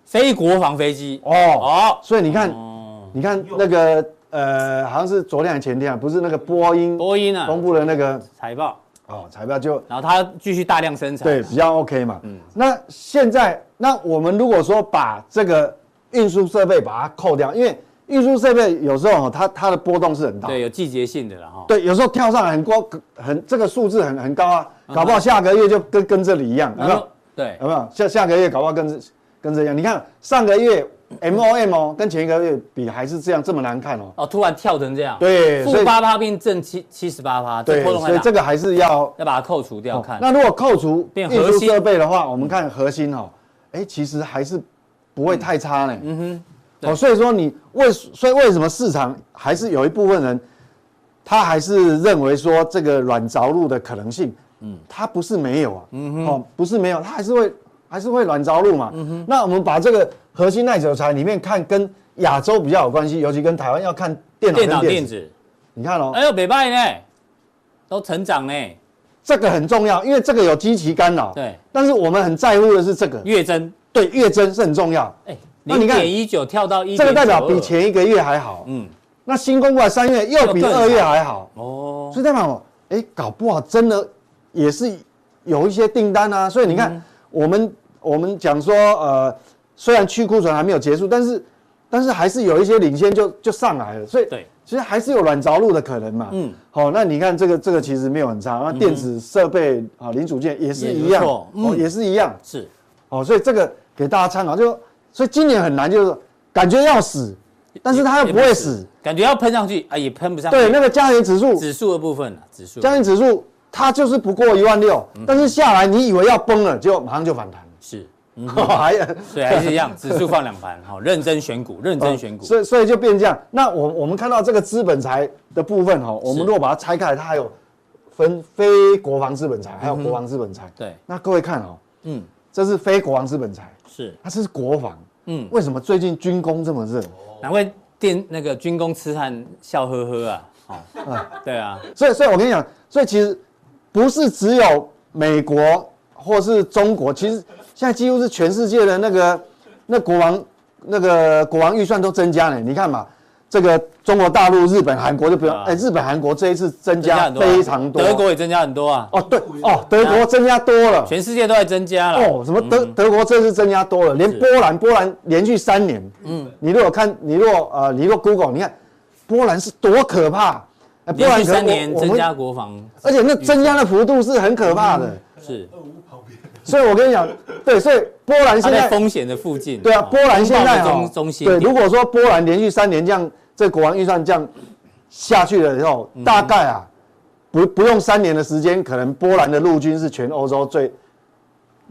S2: 非国防飞机，
S1: 哦，
S2: 哦，
S1: 所以你看，
S2: 哦，
S1: 你看那个呃，好像是昨天还前天啊，不是那个波音
S2: 波音啊，
S1: 公布的那个
S2: 财报，
S1: 哦财报就
S2: 然后它继续大量生产，
S1: 对嗯比较 OK 嘛。那现在那我们如果说把这个运输设备把它扣掉，因为运输设备有时候哦它它的波动是很大，
S2: 对，有季节性的了哈，
S1: 对，有时候跳上来很高，很这个数字很很高啊，搞不好下个月就跟跟这里一样，有
S2: 然
S1: 没有
S2: 后？对
S1: 有没有？下下个月搞不好跟这跟这一样。你看上个月 M O M 哦，跟前一个月比还是这样这么难看哦。
S2: 哦，突然跳成这样，
S1: 对所
S2: 负
S1: 以
S2: 八趴变正七七十八趴，这
S1: 对，
S2: 波动
S1: 所
S2: 太
S1: 以
S2: 大
S1: 这，个还是要
S2: 要把它扣除掉看。
S1: 那如果扣除
S2: 变
S1: 运
S2: 核
S1: 输
S2: 心
S1: 设备的话，我们看核心哦，哎，其实还是不会太差呢。嗯哼。哦，所以说你为所以为什么市场还是有一部分人，他还是认为说这个软着陆的可能性，嗯，他不是没有啊，嗯哼，哦，不是没有，他还是会还是会软着陆嘛。嗯哼。那我们把这个核心耐久材里面看跟亚洲比较有关系，尤其跟台湾要看电脑
S2: 电
S1: 跟
S2: 脑
S1: 电
S2: 电
S1: 子，
S2: 子，
S1: 你看哦，
S2: 哎呦，北拜呢，都成长呢，
S1: 这个很重要，因为这个有机器干扰。
S2: 对，
S1: 但是我们很在乎的是这个，
S2: 月增，
S1: 对月增是很重要，
S2: 哎，
S1: 那
S2: 零
S1: 你看
S2: 点一九跳到一，
S1: 这个代表比，前一个月还好。
S2: 嗯，
S1: 那新公布的三月又比
S2: 又更好
S1: 二月还好，
S2: 哦，
S1: 所以代表我哎，搞不好真的也是有一些订单啊。所以你看，
S2: 嗯
S1: 我们我们讲说，呃，虽然去库存还没有结束，但是但是还是有一些领先就就上来了，所以
S2: 对，
S1: 其实还是有软着陆的可能嘛。
S2: 嗯
S1: 嗯，好、那你看这个这个其实没有很差，那电子设备啊、零组件也是
S2: 也不
S1: 一样，
S2: 错
S1: 哦
S2: 嗯，
S1: 也是一样。
S2: 是
S1: 哦，所以这个给大家参考，就所以今年很难，就是感觉要死，但是它又不会死。，
S2: 感觉要喷上去啊，也喷不上去。
S1: 对，那个加权指数，
S2: 指数的部分啊，指数
S1: 加权指数它就是不过一万六，
S2: 嗯
S1: 但是下来你以为要崩了，结果马上就反弹，
S2: 是，
S1: 还
S2: 嗯所以还是 一样，指数放两盘，好，认真选股，认真选股。
S1: 所以所以就变这样。那我我们看到这个资本财的部分哈，我们
S2: 是
S1: 如果把它拆开来，它还有分非国防资本财，还有国防资本财。
S2: 嗯对，
S1: 那各位看哦，
S2: 嗯，
S1: 这是非国防资本财，
S2: 是，
S1: 它这是国防。
S2: 嗯，
S1: 为什么最近军工这么热？
S2: 难怪电那个军工痴汉笑呵呵啊，哦，
S1: 嗯
S2: 对啊，
S1: 所以，所以我跟你讲，所以其实不是只有美国或是中国，其实现在几乎是全世界的那个那国防那个国防预算都增加了。你看嘛，这个中国大陆、日本、韩国就不用，
S2: 啊
S1: 哎、日本、韩国这一次增
S2: 增加
S1: 加
S2: 很多啊，
S1: 非常多。
S2: 德国也增加很多啊，
S1: 哦，对哦，德国增加多了。
S2: 全世界都在增加了。嗯
S1: 哦，什么德、德国这次增加多了，连波兰波兰连续三年，嗯，你如果看，你如果呃，你如果 Google，你看波兰是多可怕，哎
S2: 连续三
S1: 我
S2: 年
S1: 我们
S2: 增加国防，
S1: 而且那增加的幅度是很可怕的。
S2: 嗯是，
S1: 所以我跟你讲，对，所以波兰
S2: 它
S1: 现
S2: 在
S1: 在，
S2: 风险的附近。
S1: 对啊，
S2: 哦
S1: 波兰现在
S2: 风暴的
S1: 哦
S2: 中中心
S1: 对，
S2: 点。
S1: 如果说波兰连续三年这样，这国防预算这样下去了以后，
S2: 嗯
S1: 大概啊，不不用三年的时间，可能波兰的陆军是全欧洲最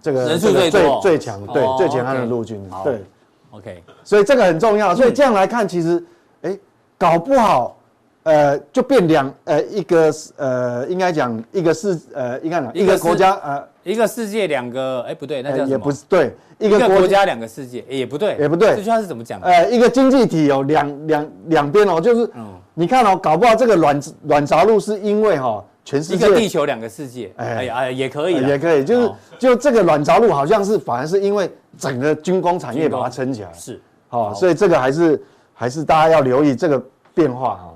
S1: 这个
S2: 人数
S1: 这个
S2: 最多
S1: 最最强，对
S2: 哦，
S1: 最强悍的
S2: OK
S1: 陆军
S2: 好，
S1: 对，
S2: OK，
S1: 所以这个很重
S2: 嗯
S1: 要。所以这样来看，其实，哎，搞不好。呃，就变两呃一个呃，应该讲一个是呃，应该讲
S2: 一
S1: 一
S2: 个
S1: 个
S2: 是
S1: 国家呃，
S2: 一个世界两个，哎不对，那
S1: 呃
S2: 叫什么？
S1: 也不是对一
S2: 一
S1: 个
S2: 个
S1: 国
S2: 国
S1: 家，
S2: 家两个世界，哎也不对，
S1: 也不对
S2: 这句话是怎么讲的？
S1: 呃，一个经济体有两两两边哦，就是你看哦，搞不好这个软软着陆是因为哈，全世
S2: 一
S1: 界
S2: 个地球两个世界，
S1: 哎
S2: 哎呀，哎也可以
S1: 呃
S2: 啦，
S1: 也可以，就是
S2: 哦
S1: 就这个软着陆好像是反而是因为整个军工产业
S2: 军工
S1: 把它撑起来，
S2: 是
S1: 好，所以这个还是还是大家要留意这个变化哦哈。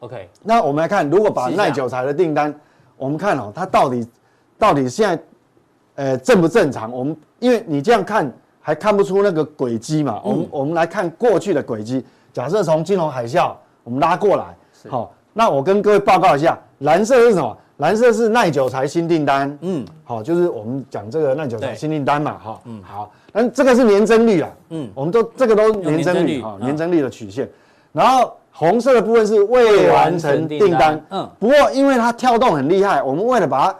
S2: OK，
S1: 那我们来看，如果把
S2: 试一下
S1: 耐久材的订单，我们看哦，它到底到底现在，呃，正不正常？我们因为你这样看还看不出那个轨迹嘛，我们我们来看过去的轨迹。假设从金融海啸我们拉过来，好、那我跟各位报告一下，蓝色是什么？蓝色是耐久材新订单，
S2: 嗯
S1: 嗯，好，就是我们讲这个耐久材
S2: 对
S1: 新订单嘛，哈，嗯，好，但这个是年增率啊，
S2: 嗯
S1: 嗯，我们都这个都年增率
S2: 用年增率
S1: 哈，
S2: 嗯
S1: 年增率的曲线，然后红色的部分是未完成
S2: 未完成订
S1: 订
S2: 单
S1: 单，
S2: 嗯
S1: 嗯，不过因为它跳动很厉害，我们为了把它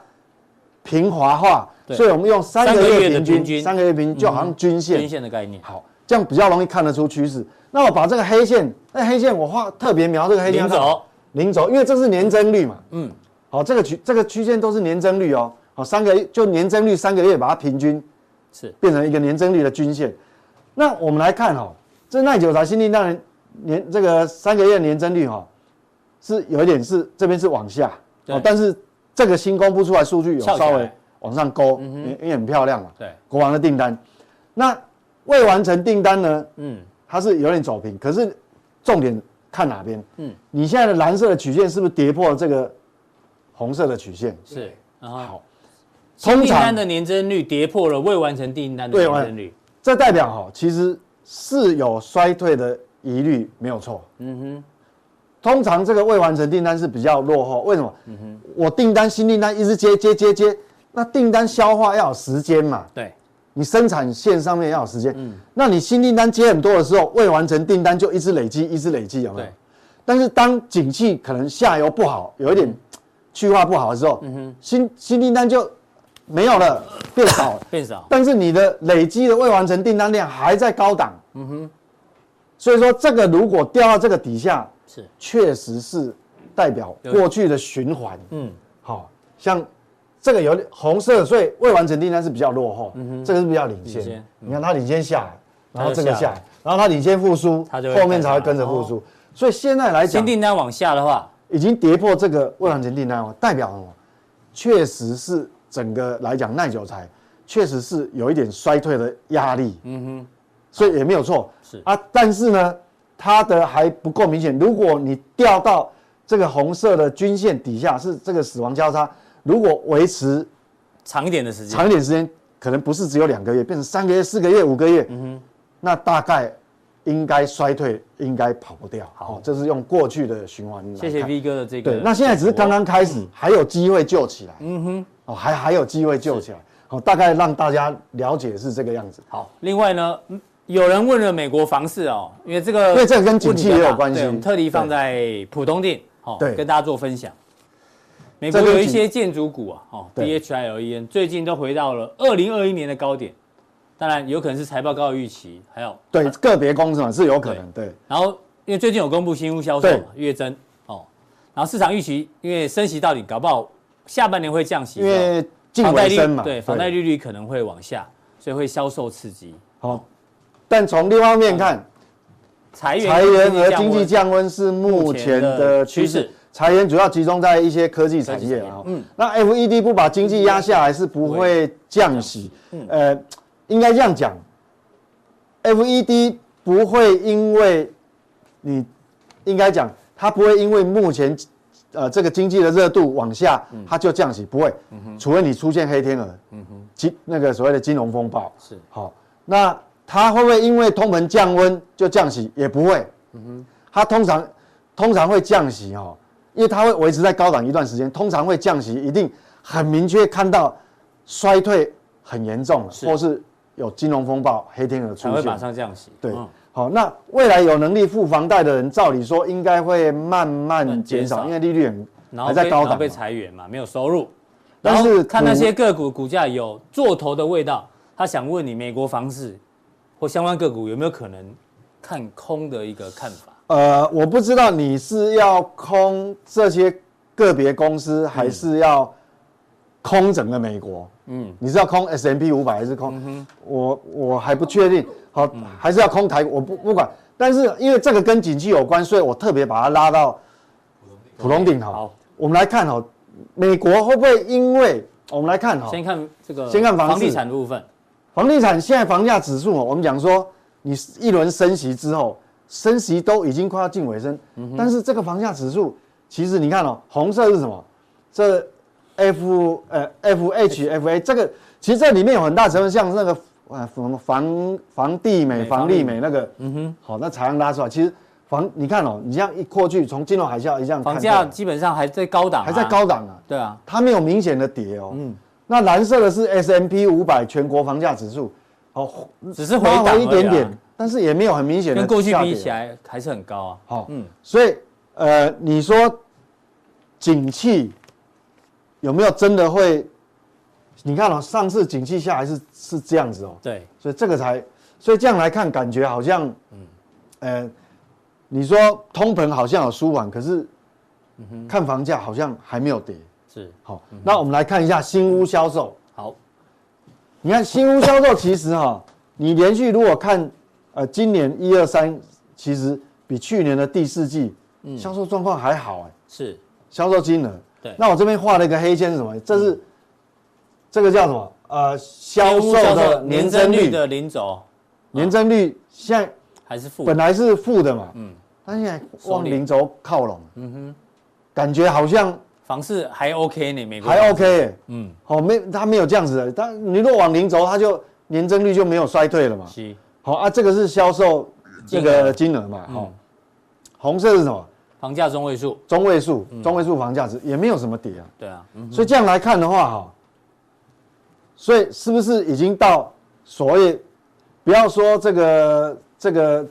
S1: 平滑化，
S2: 对
S1: 所以我们用三
S2: 三
S1: 个
S2: 个月
S1: 月
S2: 的
S1: 平
S2: 平均嗯
S1: 均，三个月平均就好像均线
S2: 均，线的概念，
S1: 好，这样比较容易看得出趋势。那我把这个黑线，那黑线我画特别描这个黑线，
S2: 零轴，
S1: 零轴，因为这是年增率嘛。
S2: 嗯，
S1: 好，这个区这个区间都是年增率哦。好，三个就年增率三个月把它平均
S2: 是
S1: 变成一个年增率的均线。那我们来看哈、哦，这耐久材新订单的年这个三个月年增率哈、哦，是有一点是这边是往下
S2: 对
S1: 哦，但是这个新公布出来数据有
S2: 翘起来嗯
S1: 稍微往上勾，因为很漂亮嘛。
S2: 对，
S1: 国王的订单，那未完成订单呢？
S2: 嗯，
S1: 它是有点走平，可是重点看哪边？
S2: 嗯
S1: 嗯，你现在的蓝色的曲线是不是跌破了这个红色的曲线？
S2: 是，然后
S1: 好，通
S2: 订单
S1: 常
S2: 的年增率跌破了未完成订单的
S1: 对
S2: 年
S1: 完
S2: 增率，
S1: 这代表哈，其实是有衰退的疑虑，没有错。
S2: 嗯
S1: 通常这个未完成订单是比较落后，为什么？
S2: 嗯
S1: 我订单新订单一直接接接接，那订单消化要有时间嘛
S2: 哼，，对，
S1: 你生产线上面要有时间。
S2: 嗯
S1: 那你新订单接很多的时候，未完成订单就一直累积，一直累积，有没有
S2: 对？。
S1: 但是当景气可能下游不好，有一点去化不好的时候，新新订单就没有了，变少了
S2: 变少，
S1: 但是你的累积的未完成订单量还在高档，嗯哼。所以说，这个如果掉到这个底下，
S2: 是，
S1: 确实是代表
S2: 有
S1: 过去的循环。
S2: 嗯，
S1: 好、像这个有点红色，所以未完成订单是比较落后，这个是比较领先。
S2: 嗯领先嗯
S1: 你看它领先下来，然后这个
S2: 它就下
S1: 下
S2: 来
S1: 来，然后它领先复苏，
S2: 它就会哦
S1: 后面才会跟着复苏。所以现在来
S2: 新
S1: 讲，
S2: 订单往下的话，
S1: 已经跌破这个未完成订单了，哦代表什么？确实是整个来讲耐久材确实是有一点衰退的压力。嗯哼，所以也没有错。
S2: 是
S1: 啊，但是呢，它的还不够明显。如果你掉到这个红色的均线底下，是这个死亡交叉，如果维持
S2: 长一点的时间，
S1: 长一点时间，可能不是只有两个月，变成三个月、四个月、五个月，嗯哼，那大概应该衰退，应该跑不掉。好、这是用过去的循环来看。
S2: 谢谢 V 哥的这个解
S1: 对
S2: 读，哦，
S1: 那现在只是刚刚开始，还有机会救起来。嗯哼，哦，还还有机会救起来。好、大概让大家了解是这个样子。
S2: 好，另外呢，嗯有人问了美国房市哦，因为这个
S1: 因为这个跟景气也有
S2: 问题比较大
S1: 关系
S2: 对我们特地放在浦东店，好，
S1: 对
S2: 跟大家做分享。美国
S1: 这跟
S2: 有一
S1: 景
S2: 些建筑股啊，哦
S1: 对
S2: ，DHILEN 最近都回到了二零二一年的高点，当然有可能是财报高于预期，还有
S1: 对，个别公司嘛是有可能。对，
S2: 然后因为最近有公布新屋销售嘛
S1: 对
S2: 月增哦，然后市场预期因为升息到底搞不好下半年会降息，
S1: 因为近
S2: 房贷
S1: 尾
S2: 利
S1: 声嘛，
S2: 对房贷利率可能会往下，所以会销售刺激，
S1: 好。但从另外一面看，
S2: 裁员
S1: 裁员和经
S2: 温
S1: 济降温是目前的趋
S2: 目前的趋势
S1: 势。裁员主要集中在一些科技产业啊。
S2: 嗯
S1: 嗯，那 FED 不把经济压下来是不会降息。呃，应该这样讲，FED 不会因为你应该讲，它不会因为目前呃这个经济的热度往下，
S2: 嗯
S1: 它就降息，不会，除非你出现黑天鹅，金那个所谓的金融风暴
S2: 是
S1: 好，那它会不会因为通膨降温就降息？也不会，
S2: 嗯
S1: 它通常通常会降息哦，因为它会维持在高档一段时间，通常会降息，一定很明确看到衰退很严重了，
S2: 是
S1: 或是有金融风暴、黑天鹅
S2: 才
S1: 出
S2: 会
S1: 现，
S2: 马上降息。
S1: 对
S2: 嗯，
S1: 好，那未来有能力付房贷的人，照理说应该会慢慢减
S2: 慢减少
S1: 少，因为利率很
S2: 然后
S1: 还
S2: 被
S1: 在高
S2: 然后
S1: 档
S2: 被
S1: 嘛。
S2: 裁员嘛，没有收入。
S1: 但
S2: 然
S1: 是
S2: 后看那
S1: 股
S2: 些个股股价有做头的味道，他想问你美国房市或相关个股有没有可能看空的一个看法？
S1: 呃，我不知道你是要空这些个别公司，还是要空整个美国？嗯，你是要空 S M P 五百，还是空？我我还不确定。好，还是要空台股，我不不管。但是因为这个跟景气有关，所以我特别把它拉到普通顶好
S2: 好，
S1: 我们来看哈，美国会不会因为哦我们来看哈，
S2: 先看这个，
S1: 先看房市
S2: 地产的部分，
S1: 房地产现在房价指数哦，我们讲说你一轮升息之后，升息都已经快要近尾声，
S2: 嗯
S1: 但是这个房价指数其实你看哦，红色是什么？这 F 呃 F H F A 这个其实这里面有很大成分，像那个呃什么房房地美、
S2: 房
S1: 房
S2: 利
S1: 利
S2: 美
S1: 美那个，嗯哼，好，那才能拉出来。其实房，你看哦，你这样一过去，从金融海啸一这样看
S2: 房
S1: 过
S2: 价
S1: 来，
S2: 基本上还在高档、啊，
S1: 还在。高档啊，
S2: 对啊，
S1: 它没有明显的跌哦。嗯，那蓝色的是 S M P 五百全国房价指数，哦，
S2: 只是回
S1: 拉
S2: 档、啊
S1: 回一点点，，但是也没有很明显的
S2: 跟过去
S1: 下
S2: 比
S1: 跌啊
S2: 起来还是很高啊。
S1: 好，
S2: 嗯
S1: 嗯，所以呃，你说景气有没有真的会？你看哦，上次景气下来是是这样子哦，
S2: 对，
S1: 所以这个才，所以这样来看，感觉好像，
S2: 嗯
S1: 呃，你说通膨好像有舒缓，可是
S2: 嗯
S1: 看房价好像还没有跌。
S2: 是
S1: 好，那我们来看一下新屋销售。
S2: 好，
S1: 你看新屋销售其实哈，你连续如果看，呃，今年一二三，其实比去年的第四季销售状况还好哎、
S2: 是
S1: 销售金额。
S2: 对
S1: 那我这边画了一个黑线是什么？这是、这个叫什么？呃，销售的年增率哦
S2: 的零轴
S1: 年增率现在
S2: 还是负的
S1: 本，来是负的嘛，嗯，但现在往零轴靠拢，嗯哼，感觉好像
S2: 房市还 OK 呢，美国
S1: 还 OK，、欸、
S2: 嗯，
S1: 好、没它没有这样子的，但你若往零轴，它就年增率就没有衰退了嘛。
S2: 是
S1: 好啊，这个是销售这个金额嘛，好、红色是什么？
S2: 房价中位数，
S1: 中位数，中位数房价值也没有什么跌啊，
S2: 对啊，嗯，
S1: 所以这样来看的话，哈，所以是不是已经到所谓不要说这个这个，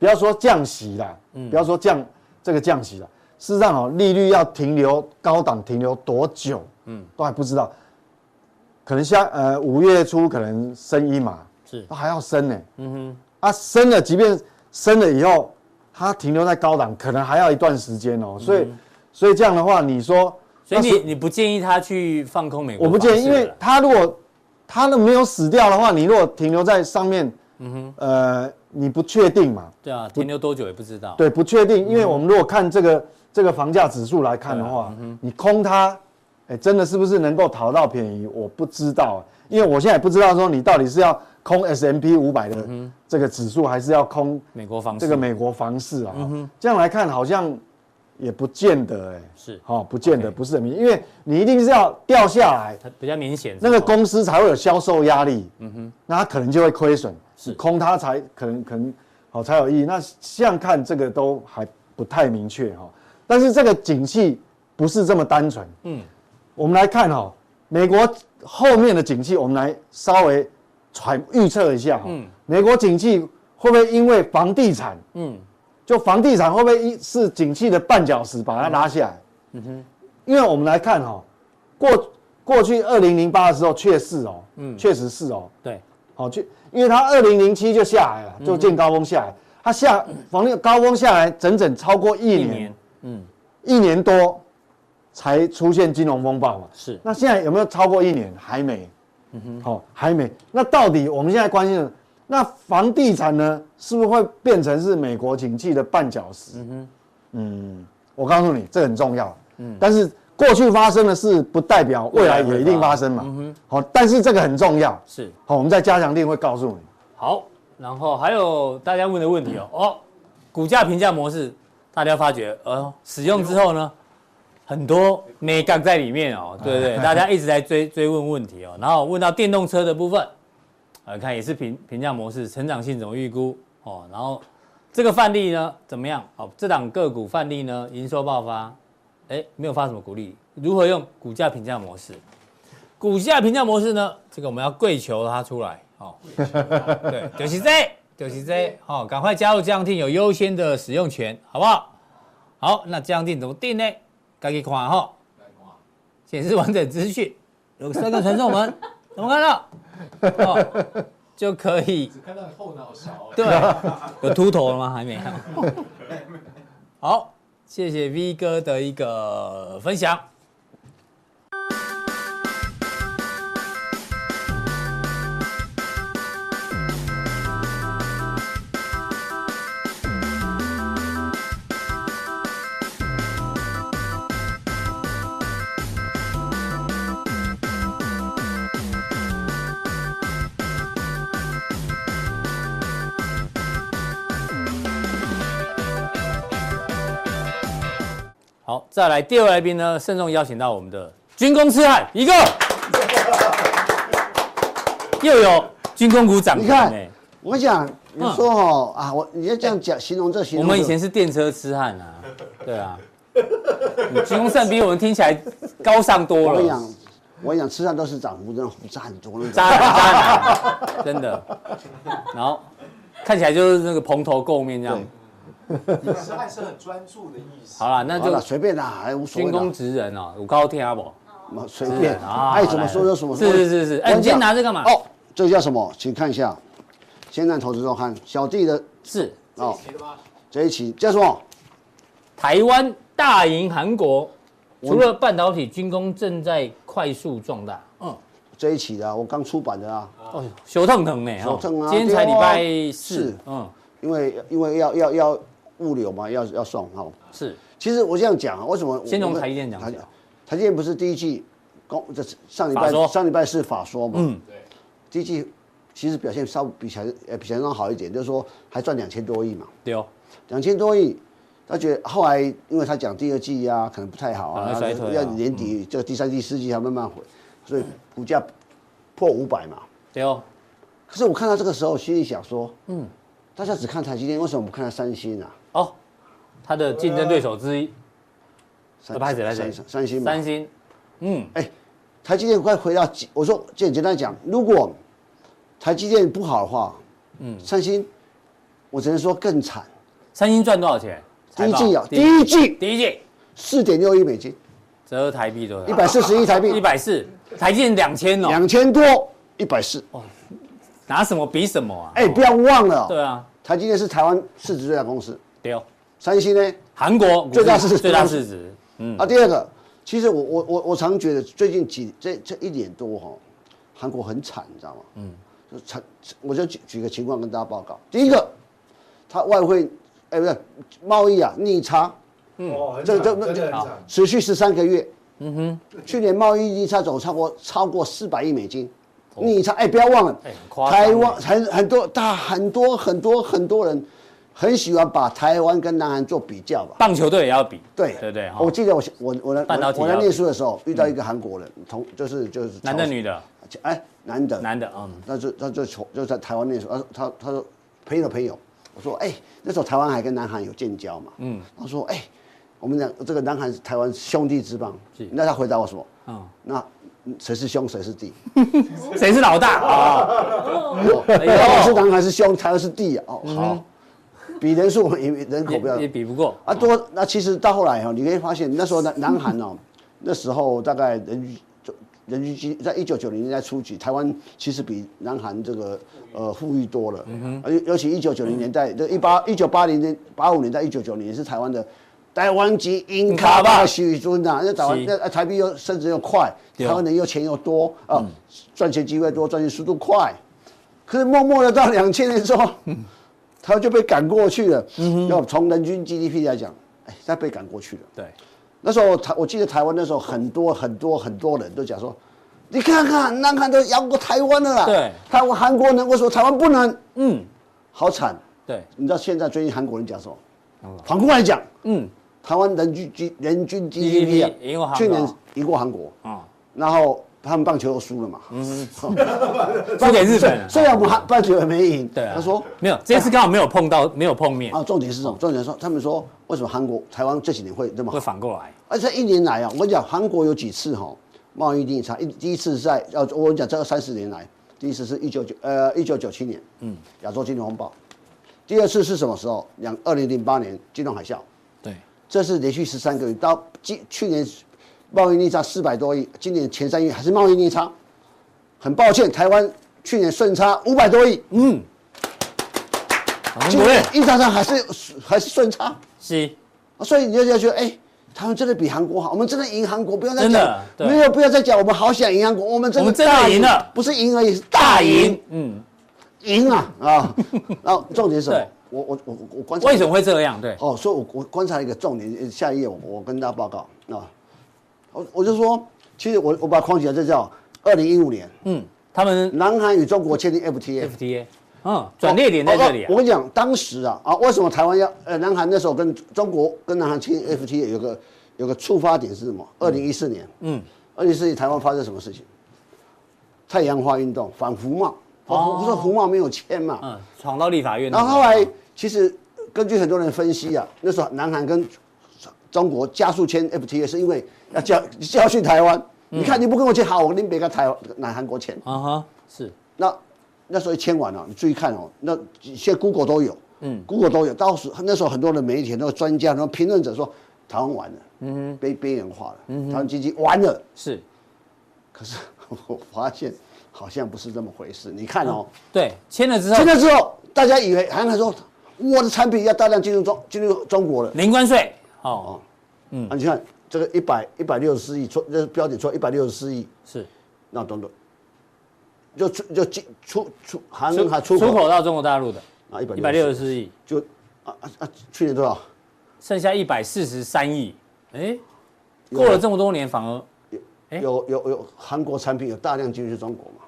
S1: 不要说降息啦，
S2: 嗯
S1: 不要说降这个降息啦，事实上哦，利率要停留高档停留多久，嗯，都还不知道，可能下呃五月初可能升一码，
S2: 是
S1: 都还要升呢、嗯哼，啊升了，即便升了以后，它停留在高档可能还要一段时间哦，所以、所以这样的话，你说。
S2: 嗯所以
S1: 那是
S2: 你你不建议他去放空美国
S1: 我不
S2: 房市了啦？
S1: 建议，因为它如果它都没有死掉的话，你如果停留在上面，嗯哼，呃，你不确定嘛？
S2: 对啊，停留多久也不知道，
S1: 对，不确定，因为我们如果看这个这个房价指数来看的话，你空它，哎、真的是不是能够讨到便宜？我不知道、啊因为我现在也不知道说你到底是要空 S M P 五百的这个指数，还是要空
S2: 美国房市
S1: 这个美国房市啊、这样来看好像也不见得哎、
S2: 是
S1: 好、不见得不是很明，因为你一定是要掉下来，
S2: 它比较明显，
S1: 那个公司才会有销售压力，嗯哼，那它可能就会亏损，是空它才可能可能好、才有意义。那像看这个都还不太明确哈、但是这个景气不是这么单纯，嗯，我们来看哈、美国后面的景气，我们来稍微揣预测一下哈、美国景气会不会因为房地产，嗯，就房地产会不会一是景气的绊脚石把它拉下来？因为我们来看哈、过过去二零零八的时候确实哦，嗯，确实是哦，
S2: 对，
S1: 好、去，因为它二零零七就下来了，就见高峰下来，它下房地高峰下来整整超过一
S2: 一
S1: 年，一年
S2: 年嗯
S1: 多才出现金融风暴嘛。
S2: 是
S1: 那现在有没有超过一年？还没，嗯哼，好、还没。那到底我们现在关心的，那房地产呢，是不是会变成是美国景气的绊脚石？嗯哼，嗯，我告诉你，这很重要。嗯，但是过去发生的事，不代表未来也一定发生嘛。嗯哼，好、但是这个很重要。
S2: 是
S1: 好、我们在加强定会告诉你。
S2: 好，然后还有大家问的问题哦，哦，股价评价模式，大家发觉，呃，使用之后呢，很多美感在里面哦，对不对？大家一直在追追问问题哦，然后问到电动车的部分，呃，看也是评评价模式，成长性怎么预估哦，然后这个范例呢怎么样？哦，这档个股范例呢，营收爆发，哎，没有发什么股利，如何用股价评价模式？股价评价模式呢，这个我们要跪求它出来哦。 对，就是这，就是这，好、赶快加入这样定，有优先的使用权，好不好？好，那这样定怎么定呢？该去看哈、显示完整资讯，有三个传送门，有没有看到？哦，就可以
S4: 只看到你后脑勺。
S2: 对，有秃头了吗？还没有。好，谢谢 V 哥的一个分享。好，再来第二位来宾呢，慎重邀请到我们的军工痴汉 一个，又有军工股长
S3: 你
S2: 官
S3: 看
S2: 呢，
S3: 我想你说哦啊，我你要这样讲形容这
S2: 嗯
S3: 形
S2: 我
S3: 容，
S2: 们以前是电车痴汉啊，对啊，你居功善比我们听起来高尚多
S3: 我跟你
S2: 了
S3: 讲，，我跟你讲，吃上都是涨幅，真的负债很多那
S2: 渣
S3: 种。
S2: 男渣男，真的。然后看起来就是那个蓬头垢面这样
S3: 对。
S4: 你是爱是很专注的意思。
S2: 好了，那
S3: 好了，
S2: 就
S3: 啊随便啦，还无所
S2: 军
S3: 谓
S2: 工
S3: 啦，
S2: 职人哦，有高天阿伯。
S3: 嘛随便，
S2: 啊
S3: 爱怎么说就怎么说。
S2: 是是是是哎
S3: 我跟
S2: 你今天
S3: 讲
S2: 拿这干嘛
S3: 哦，这个叫什么？请看一下，《先看投资周刊》小弟的
S2: 是
S4: 这一
S3: 哦
S4: 期的吗？
S3: 这一期叫什么？
S2: 台湾大赢韩国，除了半导体，军工正在快速壮大。嗯，
S3: 这一期的啊，我刚出版的啊，
S2: 哦，熊腾腾呢？
S3: 熊腾啊
S2: 今天才礼拜
S3: 对
S2: 四
S3: 啊。
S2: 嗯，
S3: 因为因为要要要物流嘛，要要送哈。
S2: 是
S3: 其实我这样讲啊，为什么我？
S2: 先从
S3: 我们
S2: 台积电讲
S3: 台
S2: 起啊
S3: 台积电不是第一季公，这是上礼
S2: 法说
S3: 拜上礼拜是法说嘛，
S2: 嗯，
S4: 对，
S3: 第一季其实表现稍微比前呃比前上好一点，就是说还赚两千多亿嘛，
S2: 对哦，
S3: 两千多亿。他觉得后来，因为他讲第二季啊，可能不太好啊，
S2: 反而衰退啊
S3: 要年底这个第三季、四季还慢慢回，所以股价破五百嘛。
S2: 对哦，
S3: 可是我看到这个时候，心里想说，嗯，大家只看台积电，为什么不看它三星啊？
S2: 哦，他的竞争对手之一
S3: 三
S2: 不好意思来
S3: 三
S2: 哦谁
S3: 三星嘛，
S2: 三星，嗯，
S3: 哎，台积电快回到几，我说简简单讲，如果台积电不好的话，嗯，三星，我只能说更惨。
S2: 三星赚多少钱？
S3: 第一季啊，
S2: 财报
S3: 第一季
S2: 第一季
S3: 四点六亿美金，
S2: 折合台币多
S3: 一
S2: 少？
S3: 百四十亿台币
S2: 啊一，百四，台积电两千哦，
S3: 两千多，一百四。
S2: 拿什么比什么啊？
S3: 哎，不要忘了
S2: 对
S3: 哦，
S2: 啊，
S3: 台积电是台湾市值最大公司，
S2: 对哦，
S3: 三星呢？
S2: 韩国股
S3: 最大市值
S2: 最大市值，嗯
S3: 啊，第二个，其实我我我我常觉得最近几这这一年多哈、韩国很惨，你知道吗？嗯，就惨，我就举举个情况跟大家报告。第一个，它外汇，哎，不是贸易啊逆差，
S4: 哦，很
S3: 这这
S4: 这这
S3: 这
S4: 真的很
S3: 这
S4: 惨。
S3: 持续十三个月。嗯哼，去年贸易逆差总超过超过四百亿美金，逆差哎，不要忘了
S2: 哦哎很，夸张
S3: 台湾很很多大很多很多很多人很喜欢把台湾跟南韩做比较吧。
S2: 棒球队也要比，
S3: 对
S2: 对不对？哦哈
S3: 我记得我我我来
S2: 半导体
S3: 我来
S2: 要
S3: 念书的时候遇到一个韩国人，同就是就是
S2: 男的女的，
S3: 哎男的，
S2: 男的，嗯，
S3: 那就他就从就在台湾念书，他他他说朋友的朋友，我说哎、那时候台湾还跟南韩有建交嘛，嗯，他说哎、我们讲这个南韩是台湾兄弟之邦，那他回答我什么？
S2: 嗯
S3: 嗯，那谁是兄谁是弟？
S2: 谁是老大 啊？哎呦嗯
S3: 台湾是南韩是兄，台湾是弟啊，哦好，比人数也人口不要
S2: 也也比不过，
S3: 啊，多那其实到后来哈、哦，你可以发现那时候南南韩哦，那时候大概人均就人均 G 在一九九零年代初期，台湾其实比南韩这个呃富裕多了，而尤尤其一九九零年代，这一八一九八零年八五年到一九九零是台湾的。台湾籍英卡巴许尊呐，那台湾
S2: 是
S3: 那呃台币又升值又快，
S2: 对哦嗯
S3: 台湾人又钱又多啊，赚钱机会多，赚钱速度快。可是默默的到两千年之后，
S2: 嗯
S3: 他就被赶过去了。要从人均 GDP 来讲，哎，他被赶过去了。
S2: 对，
S3: 那时候台，我记得台湾那时候很多很多很多人都讲说，你看看南韩都赢过台湾了啦，
S2: 对
S3: 台湾韩国能，为什么台湾不能？
S2: 嗯，
S3: 好惨！
S2: 对，
S3: 你知道现在最近韩国人讲什么？
S2: 哦
S3: 反过来讲，
S2: 嗯，
S3: 台湾人均 G 人均 GDP
S2: GDP
S3: 啊
S2: 赢过韩国
S3: 去年赢过韩国，
S2: 啊，
S3: 然后他们棒球又输了嘛，
S2: 嗯输给日
S3: 虽
S2: 本了，
S3: 虽然我们韩棒球也没赢，
S2: 对啊，
S3: 他说
S2: 没有，这次刚好没有碰到，没有碰 面，
S3: 啊，重点是什么？重点说他们说为什么韩国、台湾这几年会这么
S2: 会
S3: 好？
S2: 反过来，
S3: 而且一年来啊，我跟你讲，韩国有几次哈、贸易逆差，一第一次是在呃，我跟你讲这三十年来，第一次是一九九呃一九九七年，嗯，亚洲金融风暴，第二次是什么时候？两二零零八年金融海啸，
S2: 对，
S3: 这是连续十三个月，到今去年贸易逆差四百多亿，今年前三月还是贸易逆差，很抱歉，台湾去年顺差五百多亿，
S2: 嗯，韩
S3: 今
S2: 国
S3: 年
S2: 人
S3: 逆差上还是还是顺差。
S2: 是
S3: 所以你就要觉得，哎、他们真的比韩国好，我们真的赢韩国，不要再
S2: 真的对
S3: 讲，没有不要再讲，我们好想赢韩国，我们真
S2: 我
S3: 的
S2: 们真的
S3: 大
S2: 赢了
S3: 不是赢而已，是大赢，
S2: 嗯，
S3: 赢啊 啊！然后重点是什么
S2: 对？
S3: 我我我我观察
S2: 为什么会这样？对，
S3: 哦，所以我我观察了一个重点，呃下一页我我跟大家报告啊，我我就说，其实我我把框起来，这叫二零一五年，
S2: 嗯，他们
S3: 南韩与中国签订 FTA。
S2: FTA，嗯，转捩点在这里
S3: 我
S2: 啊
S3: 哦我，跟你讲，当时啊啊，为什么台湾要呃，南韩那时候跟中国跟南韩签 FTA 有个有个触发点是什么？二零一四嗯年，嗯，二零一四年台湾发生什么事情？太阳花运动反服贸，我不是胡茂没有签嘛，
S2: 哦嗯，闯到立法院。
S3: 然后后来，其实根据很多人分析啊，那时候南韩跟中国加速签 FTA 是因为要教教训台湾。你看你不跟我签好，我跟你别跟台南韩国签。
S2: 啊哈，是
S3: 那那时候一签完了、你注意看哦，那现在 Google 都有，
S2: 嗯
S3: 嗯，Google 都有。到时那时候很多的媒体、很多专家、很多评论者说，台湾完了，嗯，被边缘化了，台湾经济完了。
S2: 是，
S3: 可是我发现好像不是这么回事。你看哦，
S2: 对，签了之后
S3: 签，了之后，大家以为韩寒说我的产品要大量进入中进入中国了，
S2: 零关税，哦，
S3: 啊，你看这个一百一百六十四亿错，这是标点错一百六十四亿，
S2: 是
S3: 那等等，就出就进出出韩文还出口
S2: 出口到中国大陆的
S3: 啊160
S2: 一百六十四亿，
S3: 就啊啊啊，去年多少？
S2: 剩下一百四十三亿，哎，过了这么多年反而，哎
S3: 有有有韩国产品有大量进入中国嘛？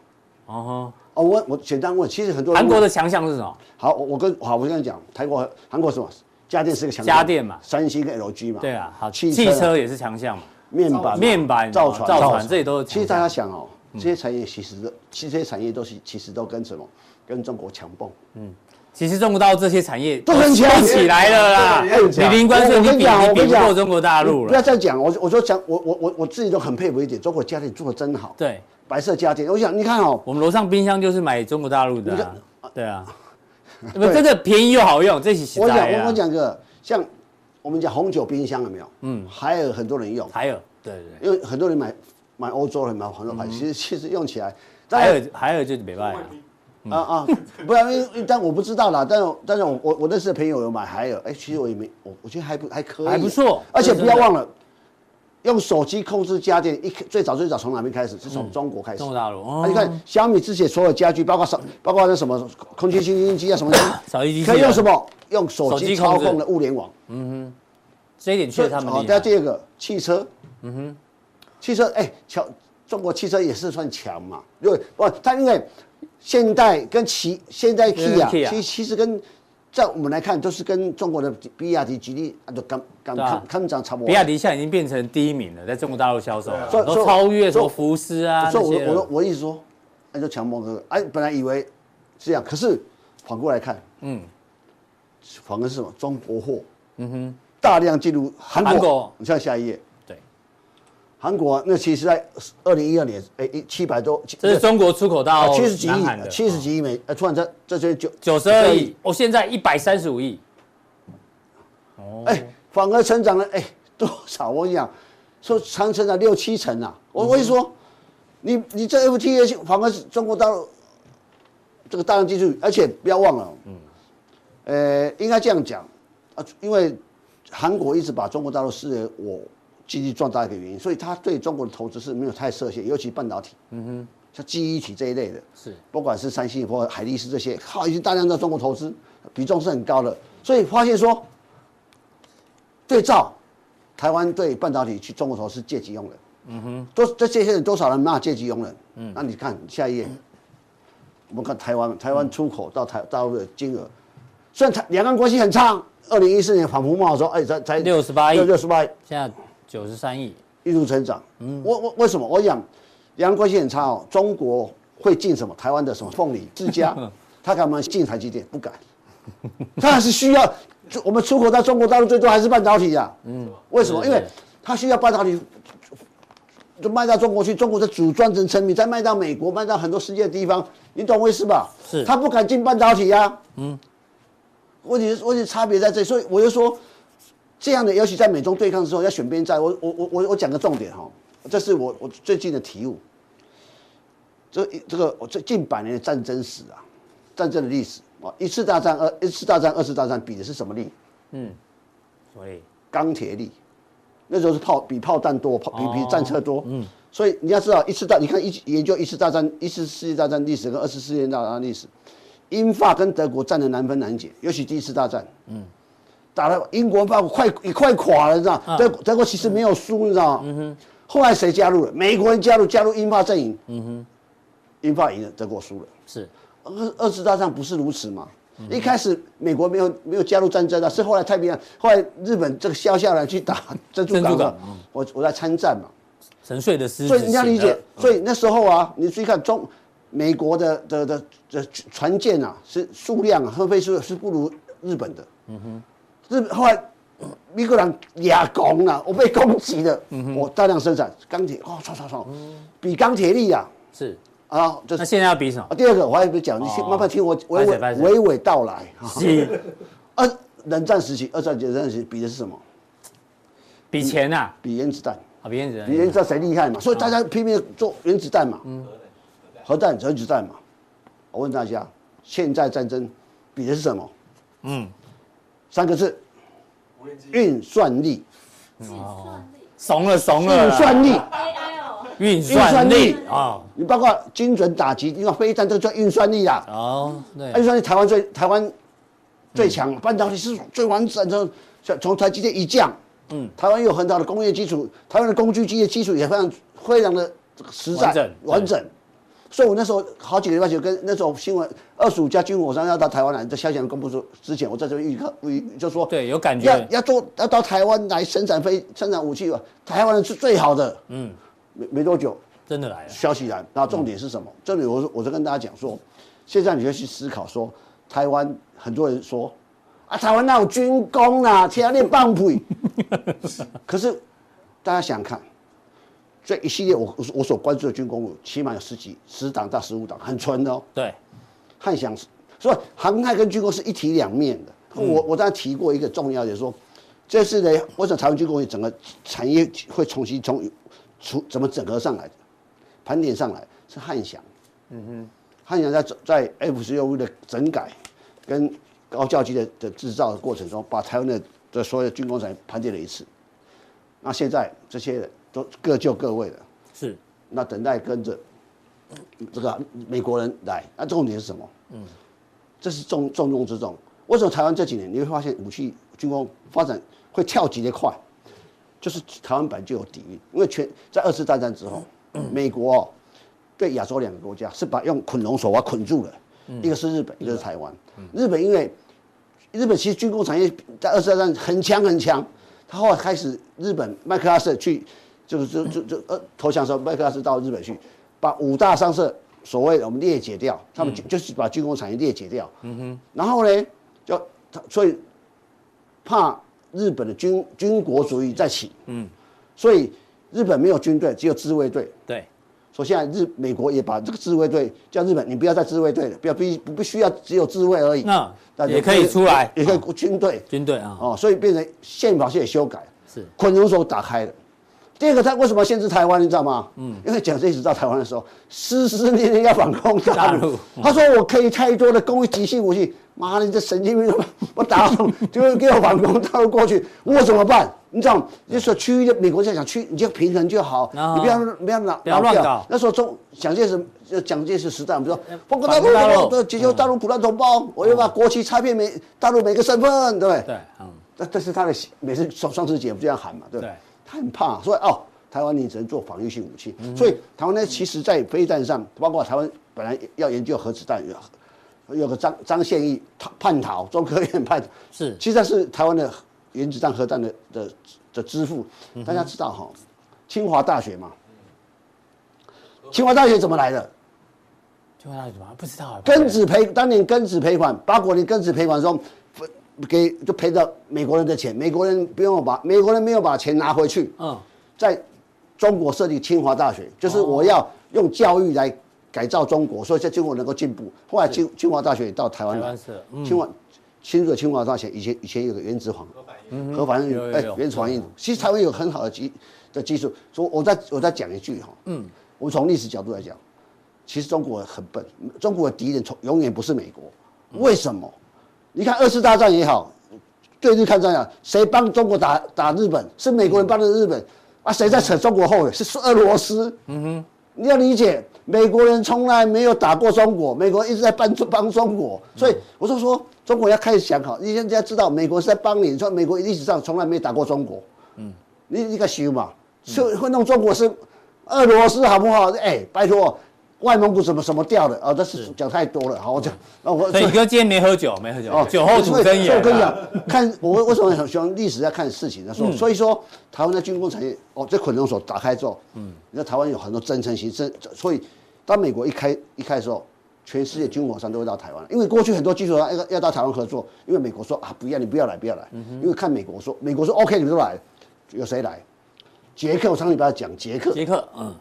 S2: 哦
S3: 哦，我我简单问，其实很多
S2: 哈，
S3: 人
S2: 韩国
S3: 问
S2: 的强项是什么？
S3: 好，我我跟好，我跟你讲，韩国韩国什么家电是个强
S2: 家电嘛
S3: 三星跟 LG 嘛，
S2: 对啊，好，
S3: 汽
S2: 汽
S3: 车
S2: 车也是强项嘛，
S3: 面板嘛啊
S2: 面板啊
S3: 造船
S2: 造船这里都是
S3: 其
S2: 强
S3: 实大
S2: 项嗯
S3: 家想哦，这些产业其实都其实这些产业都是其实都跟什么跟中国强蹦。
S2: 其实中国大陆这些产业
S3: 都很强
S2: 都起来了啦，
S1: 对也很
S2: 你
S1: 强
S2: 零关税
S3: 我
S2: 你
S3: 跟
S2: 比
S3: 你讲，
S2: 你
S3: 我
S2: 比不
S3: 跟你讲，
S2: 过中国大陆
S3: 你不要
S2: 了，
S3: 再讲，我我就讲，我我我我自己都很佩服一点，中国家电做的真好，
S2: 对，
S3: 白色家电。我想你看哦，
S2: 我们楼上冰箱就是买中国大陆的
S3: 你
S2: 啊
S3: 看，
S2: 对 啊，不真的便宜又好用，这是实
S3: 我讲
S2: 在啊
S3: 我我讲个像我们讲红酒冰箱有没有？嗯，还有很多人用，
S2: 海尔，对对对，
S3: 因为很多人买买欧洲人买很多牌，
S2: 嗯
S3: 其实其实用起来，
S2: 海
S3: 但
S2: 尔海尔就是没办法，嗯
S3: 啊啊，不然因为但我不知道啦，但是但是我我我认识的朋友有买海尔，哎，其实我也没我我觉得还不还可以，
S2: 还不错
S3: 而且
S2: 这是
S3: 不
S2: 真的
S3: 要忘了。用手机控制家电，一最早最早从哪边开始？是从中国开始。
S2: 嗯中国大陆，
S3: 啊，
S2: 哦
S3: 你看小米之前所有家居，包括扫，包括那什么空气清新机啊，什么
S2: 扫地机器人
S3: 可以用什么？用手
S2: 手机
S3: 机
S2: 控
S3: 操
S2: 制
S3: 控的物联网。
S2: 这一点确实他们
S3: 好，
S2: 厉
S3: 再
S2: 害，
S3: 第二个汽车，嗯哼，汽车，哎，强，中国汽车也是算强嘛，因为不，它因为现代跟奇，现代 Kia，
S2: Kia
S3: 其其实跟在我们来看都是跟中国的比亚迪、吉利啊，都刚刚
S2: 对啊
S3: 看看涨差不多。
S2: 比亚迪现在已经变成第一名了，在中国大陆销售，啊
S3: 所以所
S2: 都
S3: 以
S2: 超越什
S3: 所以
S2: 么福斯啊
S3: 所
S2: 那
S3: 以我
S2: 些
S3: 的我的
S2: 了，
S3: 我一直说，那就强迫哥哥，哎，本来以为这样，可是反过来看，嗯，反而是什么中国货，嗯哼，大量进入韩国。
S2: 韩国
S3: 你看下一页，
S2: 对，
S3: 韩国那其实在二零一二年，哎，一七百多，
S2: 这是中国出口到
S3: 啊七十几
S2: 南韩的哦
S3: 亿，七十几亿美，呃，突然这这些九
S2: 九十二亿，，我现在一百三十五亿，
S3: 哎，反而成长了，哎， 多少？我跟你讲，说长成长六七成啊，
S2: 嗯
S3: 我我跟你说，你你这 FTA 反而是中国大陆这个大量技术，而且不要忘了，嗯，呃，应该这样讲啊，因为韩国一直把中国大陆视为我经济壮大的一个原因，所以他对中国的投资是没有太设限，尤其半导体，嗯哼，像记忆体这一类的，
S2: 是
S3: 不管是三星或海力士这些，靠，已经大量在中国投资，比重是很高的，所以发现说，对照台湾对半导体去中国投资借机用人，嗯哼，多这这些人多少人骂借机用人，嗯，嗯那你看下一页，我们看台湾，台湾出口到台大陆的金额，虽然台两岸关系很差，二零一四年反服贸的时候，哎，才才
S2: 68亿
S3: 六十八亿，
S2: 现在九十三亿，
S3: 一路成长。嗯，我我为什么？我讲两岸关系很差哦，中国会进什么？台湾的什么凤梨、自 家，他敢吗？进台积电不敢，他还是需要就我们出口到中国大陆最多还是半导体呀、嗯，为什么？
S2: 是
S3: 因为他需要半导体。就卖到中国去，中国的组装成成品，再卖到美国，卖到很多世界的地方，你懂我意思吧？
S2: 是
S3: 他不敢进半导体呀、嗯，问题是问题差别在这里，所以我就说，这样的，尤其在美中对抗之后，要选边站。我我我我我讲个重点哈，这是我我最近的体悟。这这个我这近百年的战争史啊，战争的历史啊，一次大战、二一次大战、二次大战比的是什么力？
S2: 所以
S3: 钢铁力，那时候是炮比炮弹多，炮比比战车多。嗯，所以你要知道，一次大你看一研究一次大战、一次世界大战历史跟二次世界大战历史，英法跟德国战得难分难解，尤其第一次大战，嗯，打了英国法国快也快垮了，你知道？德国德国其实没有输，你知道吗？啊嗯哼。后来谁加入了？美国人加入，加入英法阵营。嗯哼。英法赢了，德国输了。
S2: 是
S3: 二二次大战不是如此嘛？一开始美国没有没有加入战争啊，是后来太平洋，后来日本这个消下来去打 珍珠
S2: 珍
S3: 港嗯
S2: 珠港
S3: 的，我我在参战嘛，
S2: 沉睡的狮子，
S3: 所以你要理
S2: 醒了
S3: 嗯解，所以那时候啊，你注意看中美国的的的的船舰啊，是数量啊，核飞数是不如日本的。嗯哼，日本后来美国人也攻了，我被攻击了，我大量生产钢铁，哦，唰唰唰，比钢铁力啊，
S2: 是。
S3: 啊，这
S2: 那
S3: 是。
S2: 现在要比什么？
S3: 啊，第二个我还没讲，你先
S2: 哦
S3: 慢慢听我娓
S2: 抱歉
S3: 娓
S2: 抱歉
S3: 娓娓道来哈。
S2: 是
S3: 二冷战时期、二战、冷战时期比的是什么？
S2: 比钱呐，
S3: 比原子弹，
S2: 啊，比原子
S3: 比原
S2: 弹
S3: 子弹谁厉害
S2: 嗯
S3: 嘛？所以大家拼命做原子弹嘛，核弹、原子弹嘛。我问大家，现在战争比的是什么？
S2: 嗯，
S3: 三个字：
S4: 无人机
S3: 运算力。
S5: 计算力
S2: 怂了怂了
S3: 运
S2: 啦，
S3: 算力，
S5: AI 哦，
S2: 运算
S3: 运
S2: 力
S3: 算力
S2: 啊，
S3: 你包括精准打击，你看飞弹这个叫运算力啊。
S2: 哦，对嗯
S3: 啊，运算力台湾最台湾最强，半导体是最完整的，从从台积电一降，嗯，台湾有很好的工业基础，台湾的工具机的基础也非常非常的实在
S2: 完整对
S3: 完整。所以我那时候好几个礼拜前跟那时候新闻，二十五家军火商要到台湾来，在消息还没公布之之前，我在这边预告预就说，
S2: 对，有感
S3: 要
S2: 觉，
S3: 要做要到台湾来生产飞生产武器吧，台湾人是最好的。
S2: 嗯，
S3: 没没多久，
S2: 真的来了，嗯
S3: 消息来。那重点是什么？这里我我就跟大家讲说，现在你就去思考说，台湾很多人说啊，台湾哪有军工啊，天啊，练棒 腿。可是大家想想看，这一系列我我我所关注的军工股，起码有十几十档到十五档，很纯的哦。
S2: 对，
S3: 汉翔是，所以航太跟军工是一体两面的。我我刚才提过一个重要的说，这次呢，我想台湾军工业整个产业会重新从从怎么整合上来的，盘点上来是汉翔，嗯哼，汉翔在走在 F 十六 V 的整改跟高教机的的制造的过程中，把台湾的的所有的军工产业盘点了一次。那现在这些人都各就各位了。
S2: 是
S3: 那等待跟着这个美国人来。那重点是什么？嗯，这是重重中之重。为什么台湾这几年你会发现武器军工发展会跳级的快？就是台湾本来就有底蕴，因为全在二次大战之后，美国、哦、对亚洲两个国家是把用捆龙手把捆住了，一个是日本，一个是台湾。日本因为日本其实军工产业在二次大战很强很强，他后来开始日本麦克阿瑟去，就是就就就呃投降的时候，麦克阿瑟到日本去，把五大商社所谓的我们列解掉，他们就就是把军工产业列解掉。嗯哼，然后呢，就他所以怕日本的军军国主义再起。嗯，所以日本没有军队，只有自卫队。
S2: 对，
S3: 所以现在日美国也把这个自卫队叫日本，你不要再自卫队了，不要必不不需要只有自卫而已。
S2: 那
S3: 大家
S2: 也可以出来
S3: 也可以军队
S2: 军队啊，
S3: 哦，所以变成宪法现在也修改，
S2: 是
S3: 捆龙手打开了。第二个，他为什么限制台湾？你知道吗？嗯，因为蒋介石到台湾的时候，思思念念要反攻 大
S2: 大
S3: 陆
S2: 陆。嗯
S3: 他说：“我可以太多的攻击性武器，妈的，你这神经病！ 我打我就是给我反攻大陆过去，我怎么办？你知道吗？那时候区域的美国在想区，你就平衡就好，
S2: 啊
S3: 你不要不要拿
S2: 不要乱
S3: 老掉
S2: 搞呃
S3: 那时候中蒋介石呃蒋介石时代，我们说反攻大
S2: 反攻大
S3: 陆，
S2: 陆嗯
S3: 对，解救大陆普通同胞，我又把国旗拆遍每大陆每个省份，对不对？
S2: 对，嗯，
S3: 但但是他的每次双双十节不这样喊嘛，对不
S2: 对
S3: 对？他很怕，所以哦，台湾你只能做防御性武
S2: 嗯
S3: 器，所以台湾呢，其实在飞弹上，包括台湾本来要研究核子弹，有有个张张宪义逃叛逃，中科院叛逃，
S2: 是
S3: 其实他是台湾的原子弹核弹的的的之父，
S2: 嗯
S3: 大家知道哈，清华大学嘛，清华大学怎么来的？
S2: 就那什么不知道啊，
S3: 庚子赔当年庚子赔款，八国联庚子赔款的时候，分给就赔到美国人的钱，美国人不用把美国人没有把钱拿回去，
S2: 嗯，
S3: 在中国设立清华大学，就是我要用教育来改造中国，所以在中国能够进步。后来清清华大学也到台湾
S2: 台
S3: 来
S2: 湾设，嗯
S3: 清华清楚的清华大学以前以前有个原子房，核反
S2: 嗯有
S3: 应
S2: 有
S3: 哎
S2: 有嗯
S3: 原子反应，其实台湾有很好的技的技术。所以我再我再讲一句哈，嗯，我们从历史角度来讲，其实中国很笨，中国的敌人从永远不是美国，为什么？你看二次大战也好，对日抗战也好，谁帮中国打打日本？是美国人帮的日本，啊，谁在扯中国后腿？是是俄罗斯。嗯哼，你要理解，美国人从来没有打过中国，美国一直在帮帮中国，所以我就说中国要开始想好，你现在知道美国是在帮你，说美国历史上从来没打过中国。你你个修嘛，就会弄中国是俄罗斯好不好？哎、拜托，外蒙古怎么什么掉的啊、哦？这是讲太多了，好，我讲，那我
S2: 所以你哥今天没喝酒，没喝哦酒，酒后吐真
S3: 哦所以
S2: 言
S3: 我跟你
S2: 啊，
S3: 讲，看我为什么很喜欢历史在看事情的时候，所以说
S2: 嗯
S3: 台湾的军工产业，哦，这捆龙手打开之后，嗯，你知道台湾有很多真诚型，真所以当美国一开一开的时候，全世界军火商都会到台湾，因为过去很多军火哎商要要到台湾合作，因为美国说啊不要你不要来不要来，
S2: 嗯
S3: 因为看美国说美国说 OK 你们都来，有谁来？捷克，我上礼拜讲捷克、
S2: 捷克，嗯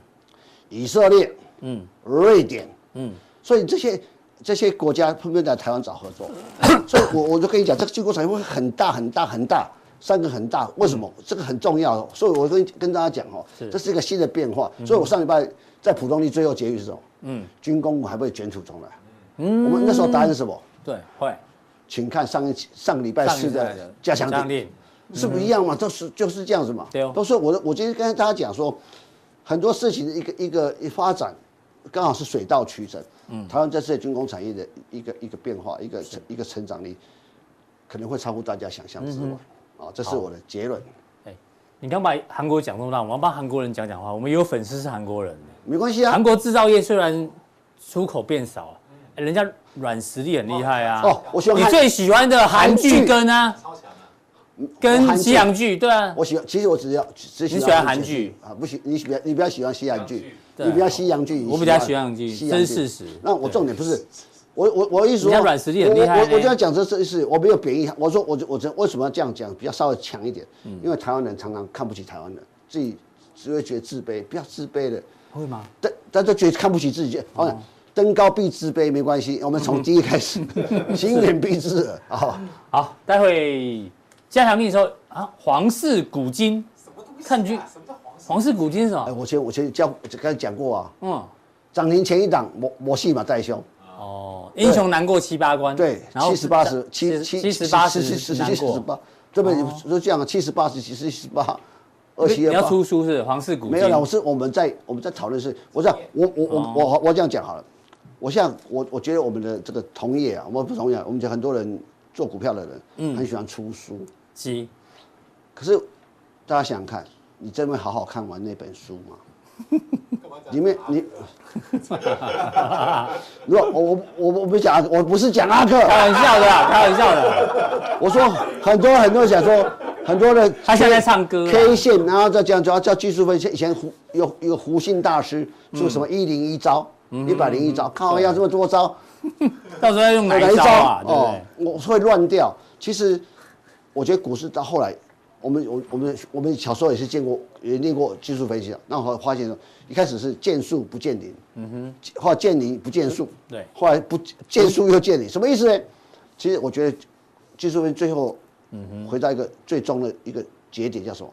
S3: 以色列、
S2: 嗯
S3: 瑞典，
S2: 嗯，
S3: 所以这些这些国家纷纷来台湾找合作，
S2: 嗯
S3: 所以我我就跟你讲，这个军工产业会很大很大很大，三个很大，为什么？这个很重要，所以我跟跟大家讲哦
S2: 嗯是，
S3: 这是一个新的变化，所以我上礼拜在浦东地最后结语是什么？
S2: 嗯，
S3: 军工股还会卷土重来。嗯，我们那时候答案是什么？
S2: 对，会
S3: 请看上一期上个礼拜四
S2: 上一次
S3: 的加强
S2: 加强
S3: 点。
S2: 力，
S3: 是不一样嘛，都是就是这样子嘛。
S2: 对哦
S3: 都是我的我今天跟大家讲说，很多事情的一个一个一发展，刚好是水到渠成。嗯，台湾这次的军工产业的一个一个变化，一个成一个成长力，可能会超乎大家想象
S2: 嗯
S3: 之外。啊，这是我的结论。
S2: 哎，你刚把韩国讲这么大，我要帮韩国人讲讲话。我们也有粉丝是韩国人，
S3: 没关系啊
S2: 韩。国制造业虽然出口变少，哎人家软实力很厉害啊。
S3: 哦，我喜欢
S2: 你
S3: 看，
S2: 最喜欢的韩剧
S3: 韩剧
S2: 跟啊，
S4: 超强啊！
S2: 跟
S3: 韩剧
S2: 西洋剧，对啊，
S3: 我喜欢，其实我只要只
S2: 你喜欢韩剧
S3: 啊，不喜你喜不要你比较喜欢西洋
S4: 西洋
S3: 剧
S4: 剧，
S2: 对
S3: 你比较西洋剧，
S2: 我比较喜欢洋剧这是事实
S3: 那我重点不是。我我我意
S2: 人
S3: 思说，
S2: 家软实力很厉害
S3: 我我
S2: 呢
S3: 我就要讲这这事，我没有贬义。我说我我这为什么要这样讲，比较稍微强一点，
S2: 嗯
S3: 因为台湾人常常看不起台湾人，自己只会觉得自卑，不要自卑了。
S2: 会吗？
S3: 但但就觉得看不起自
S2: 哦
S3: 己，好像登高必自卑，没关系，我们从第一 开始，行远必自耳啊。
S2: 好，待会加强力的时候啊，皇室古今，
S4: 什么东西、啊？
S2: 看剧
S4: 什么叫黄色？
S2: 皇室古今是什
S3: 哎，
S2: 么？
S3: 我前我前教刚才讲过啊，
S2: 嗯，
S3: 涨停前一档魔魔戏嘛带凶，
S2: 哦，英雄难过七八关，
S3: 对，七十八十七七
S2: 七十八十
S3: 七十
S2: 难
S3: 七
S2: 过
S3: 十。八，这边就这样啊，七十八十七十七十八，二
S2: 你
S3: 七
S2: 你
S3: 二
S2: 要
S3: 八，
S2: 出书是不是皇室古今，
S3: 没有了。我是我们在我们在讨论是，我这样我我
S2: 哦
S3: 我我我这样讲好了，我像我我觉得我们的这个同业啊，我们不同业啊，我们就很多人做股票的
S2: 嗯
S3: 人，很喜欢出书，
S2: 七
S3: 可是大家想想看，你真会好好看完那本书吗？
S4: 干嘛讲
S3: 里面 你，如果我我我我不讲，我不是讲阿克，
S2: 开玩笑的啊，开玩笑的。
S3: 我说很多很多人想说，很多人
S2: 他现在在唱歌啊
S3: K 线，然后再这样叫叫技术分析。以前胡有有胡信大师做什么一零一招，一百零一招，靠要这么多招，
S2: 到时候要用哪
S3: 哪
S2: 一
S3: 一哦
S2: 招啊？对不对？，
S3: 我会乱掉。其实我觉得股市到后来，我们我我们我们小时候也是见过，也练过技术分析的。那我发现说，一开始是见树不见林，嗯哼，后来见林不见树，
S2: 嗯对
S3: 后来不见树又见林，什么意思呢？其实我觉得技术分析最后，嗯哼，回到一个最终的一个节点叫什么？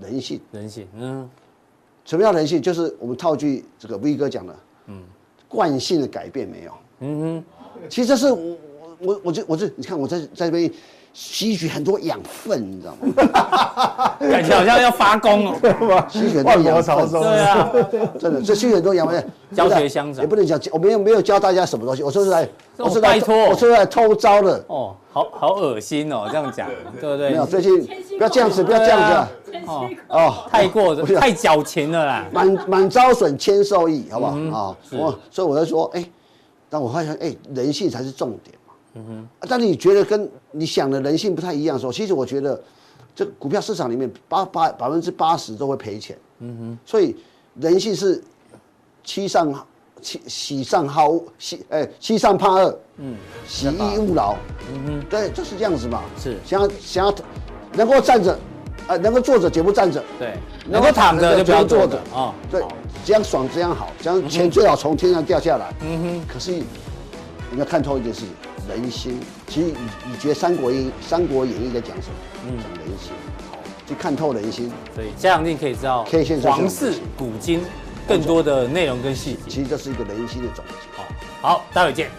S3: 人性。
S2: 人性，嗯，
S3: 什么叫人性？就是我们套句这个 V 哥讲的，嗯，惯性的改变没有，嗯哼，其实这是我我我我就我就你看我在在这边吸取很多养分，你知道 吗？
S2: 感觉好像要发功 哦。
S3: 吸取很多
S1: 万国
S3: 养
S1: 朝
S3: 分，
S1: 宗。
S2: 对啊，
S3: 真的，这吸取很多养分，
S2: 教学相长
S3: 也不能讲，我没有没有教大家什么东西，我说是来，
S2: 这
S3: 我是来，
S2: 拜托
S3: 我是来偷招的，
S2: 哦，好好恶心哦，这样讲，对不对？
S3: 没有，最近
S5: 千辛
S3: 不要这样子，
S5: 万
S3: 不要这样子啊，
S5: 千辛苦
S3: 哦。
S2: 太过的
S3: 不要
S2: 太矫情了啦。
S3: 满满招损，谦受益，好不好？啊、
S2: 是
S3: 我所以我就说，哎、但我发现，哎、人性才是重点嘛。嗯哼。但你觉得跟你想的人性不太一样的时候，其实我觉得，这个股票市场里面八八百分之八十都会赔钱。嗯哼。所以人性是欺上欺喜上好恶喜哎、欺上怕恶，嗯，喜易恶劳。嗯哼。对，就是这样子嘛。
S2: 是
S3: 想要想要能够站着，呃，能够坐着，绝不站着。
S2: 对，能够躺着就不要坐着啊。
S3: 对，这样爽，这样好，这样钱最好从天上掉下来。嗯哼。可是你要看透一件事情，人心。其实你你觉得《三国演义》《三国演义》在讲什么？
S2: 嗯
S3: 讲人心。去看透人心，
S2: 所以嘉阳定可以知道
S3: K 线就是
S2: 皇室古今更多的内容跟细节。
S3: 其实这是一个人心的总结。
S2: 好，待会见。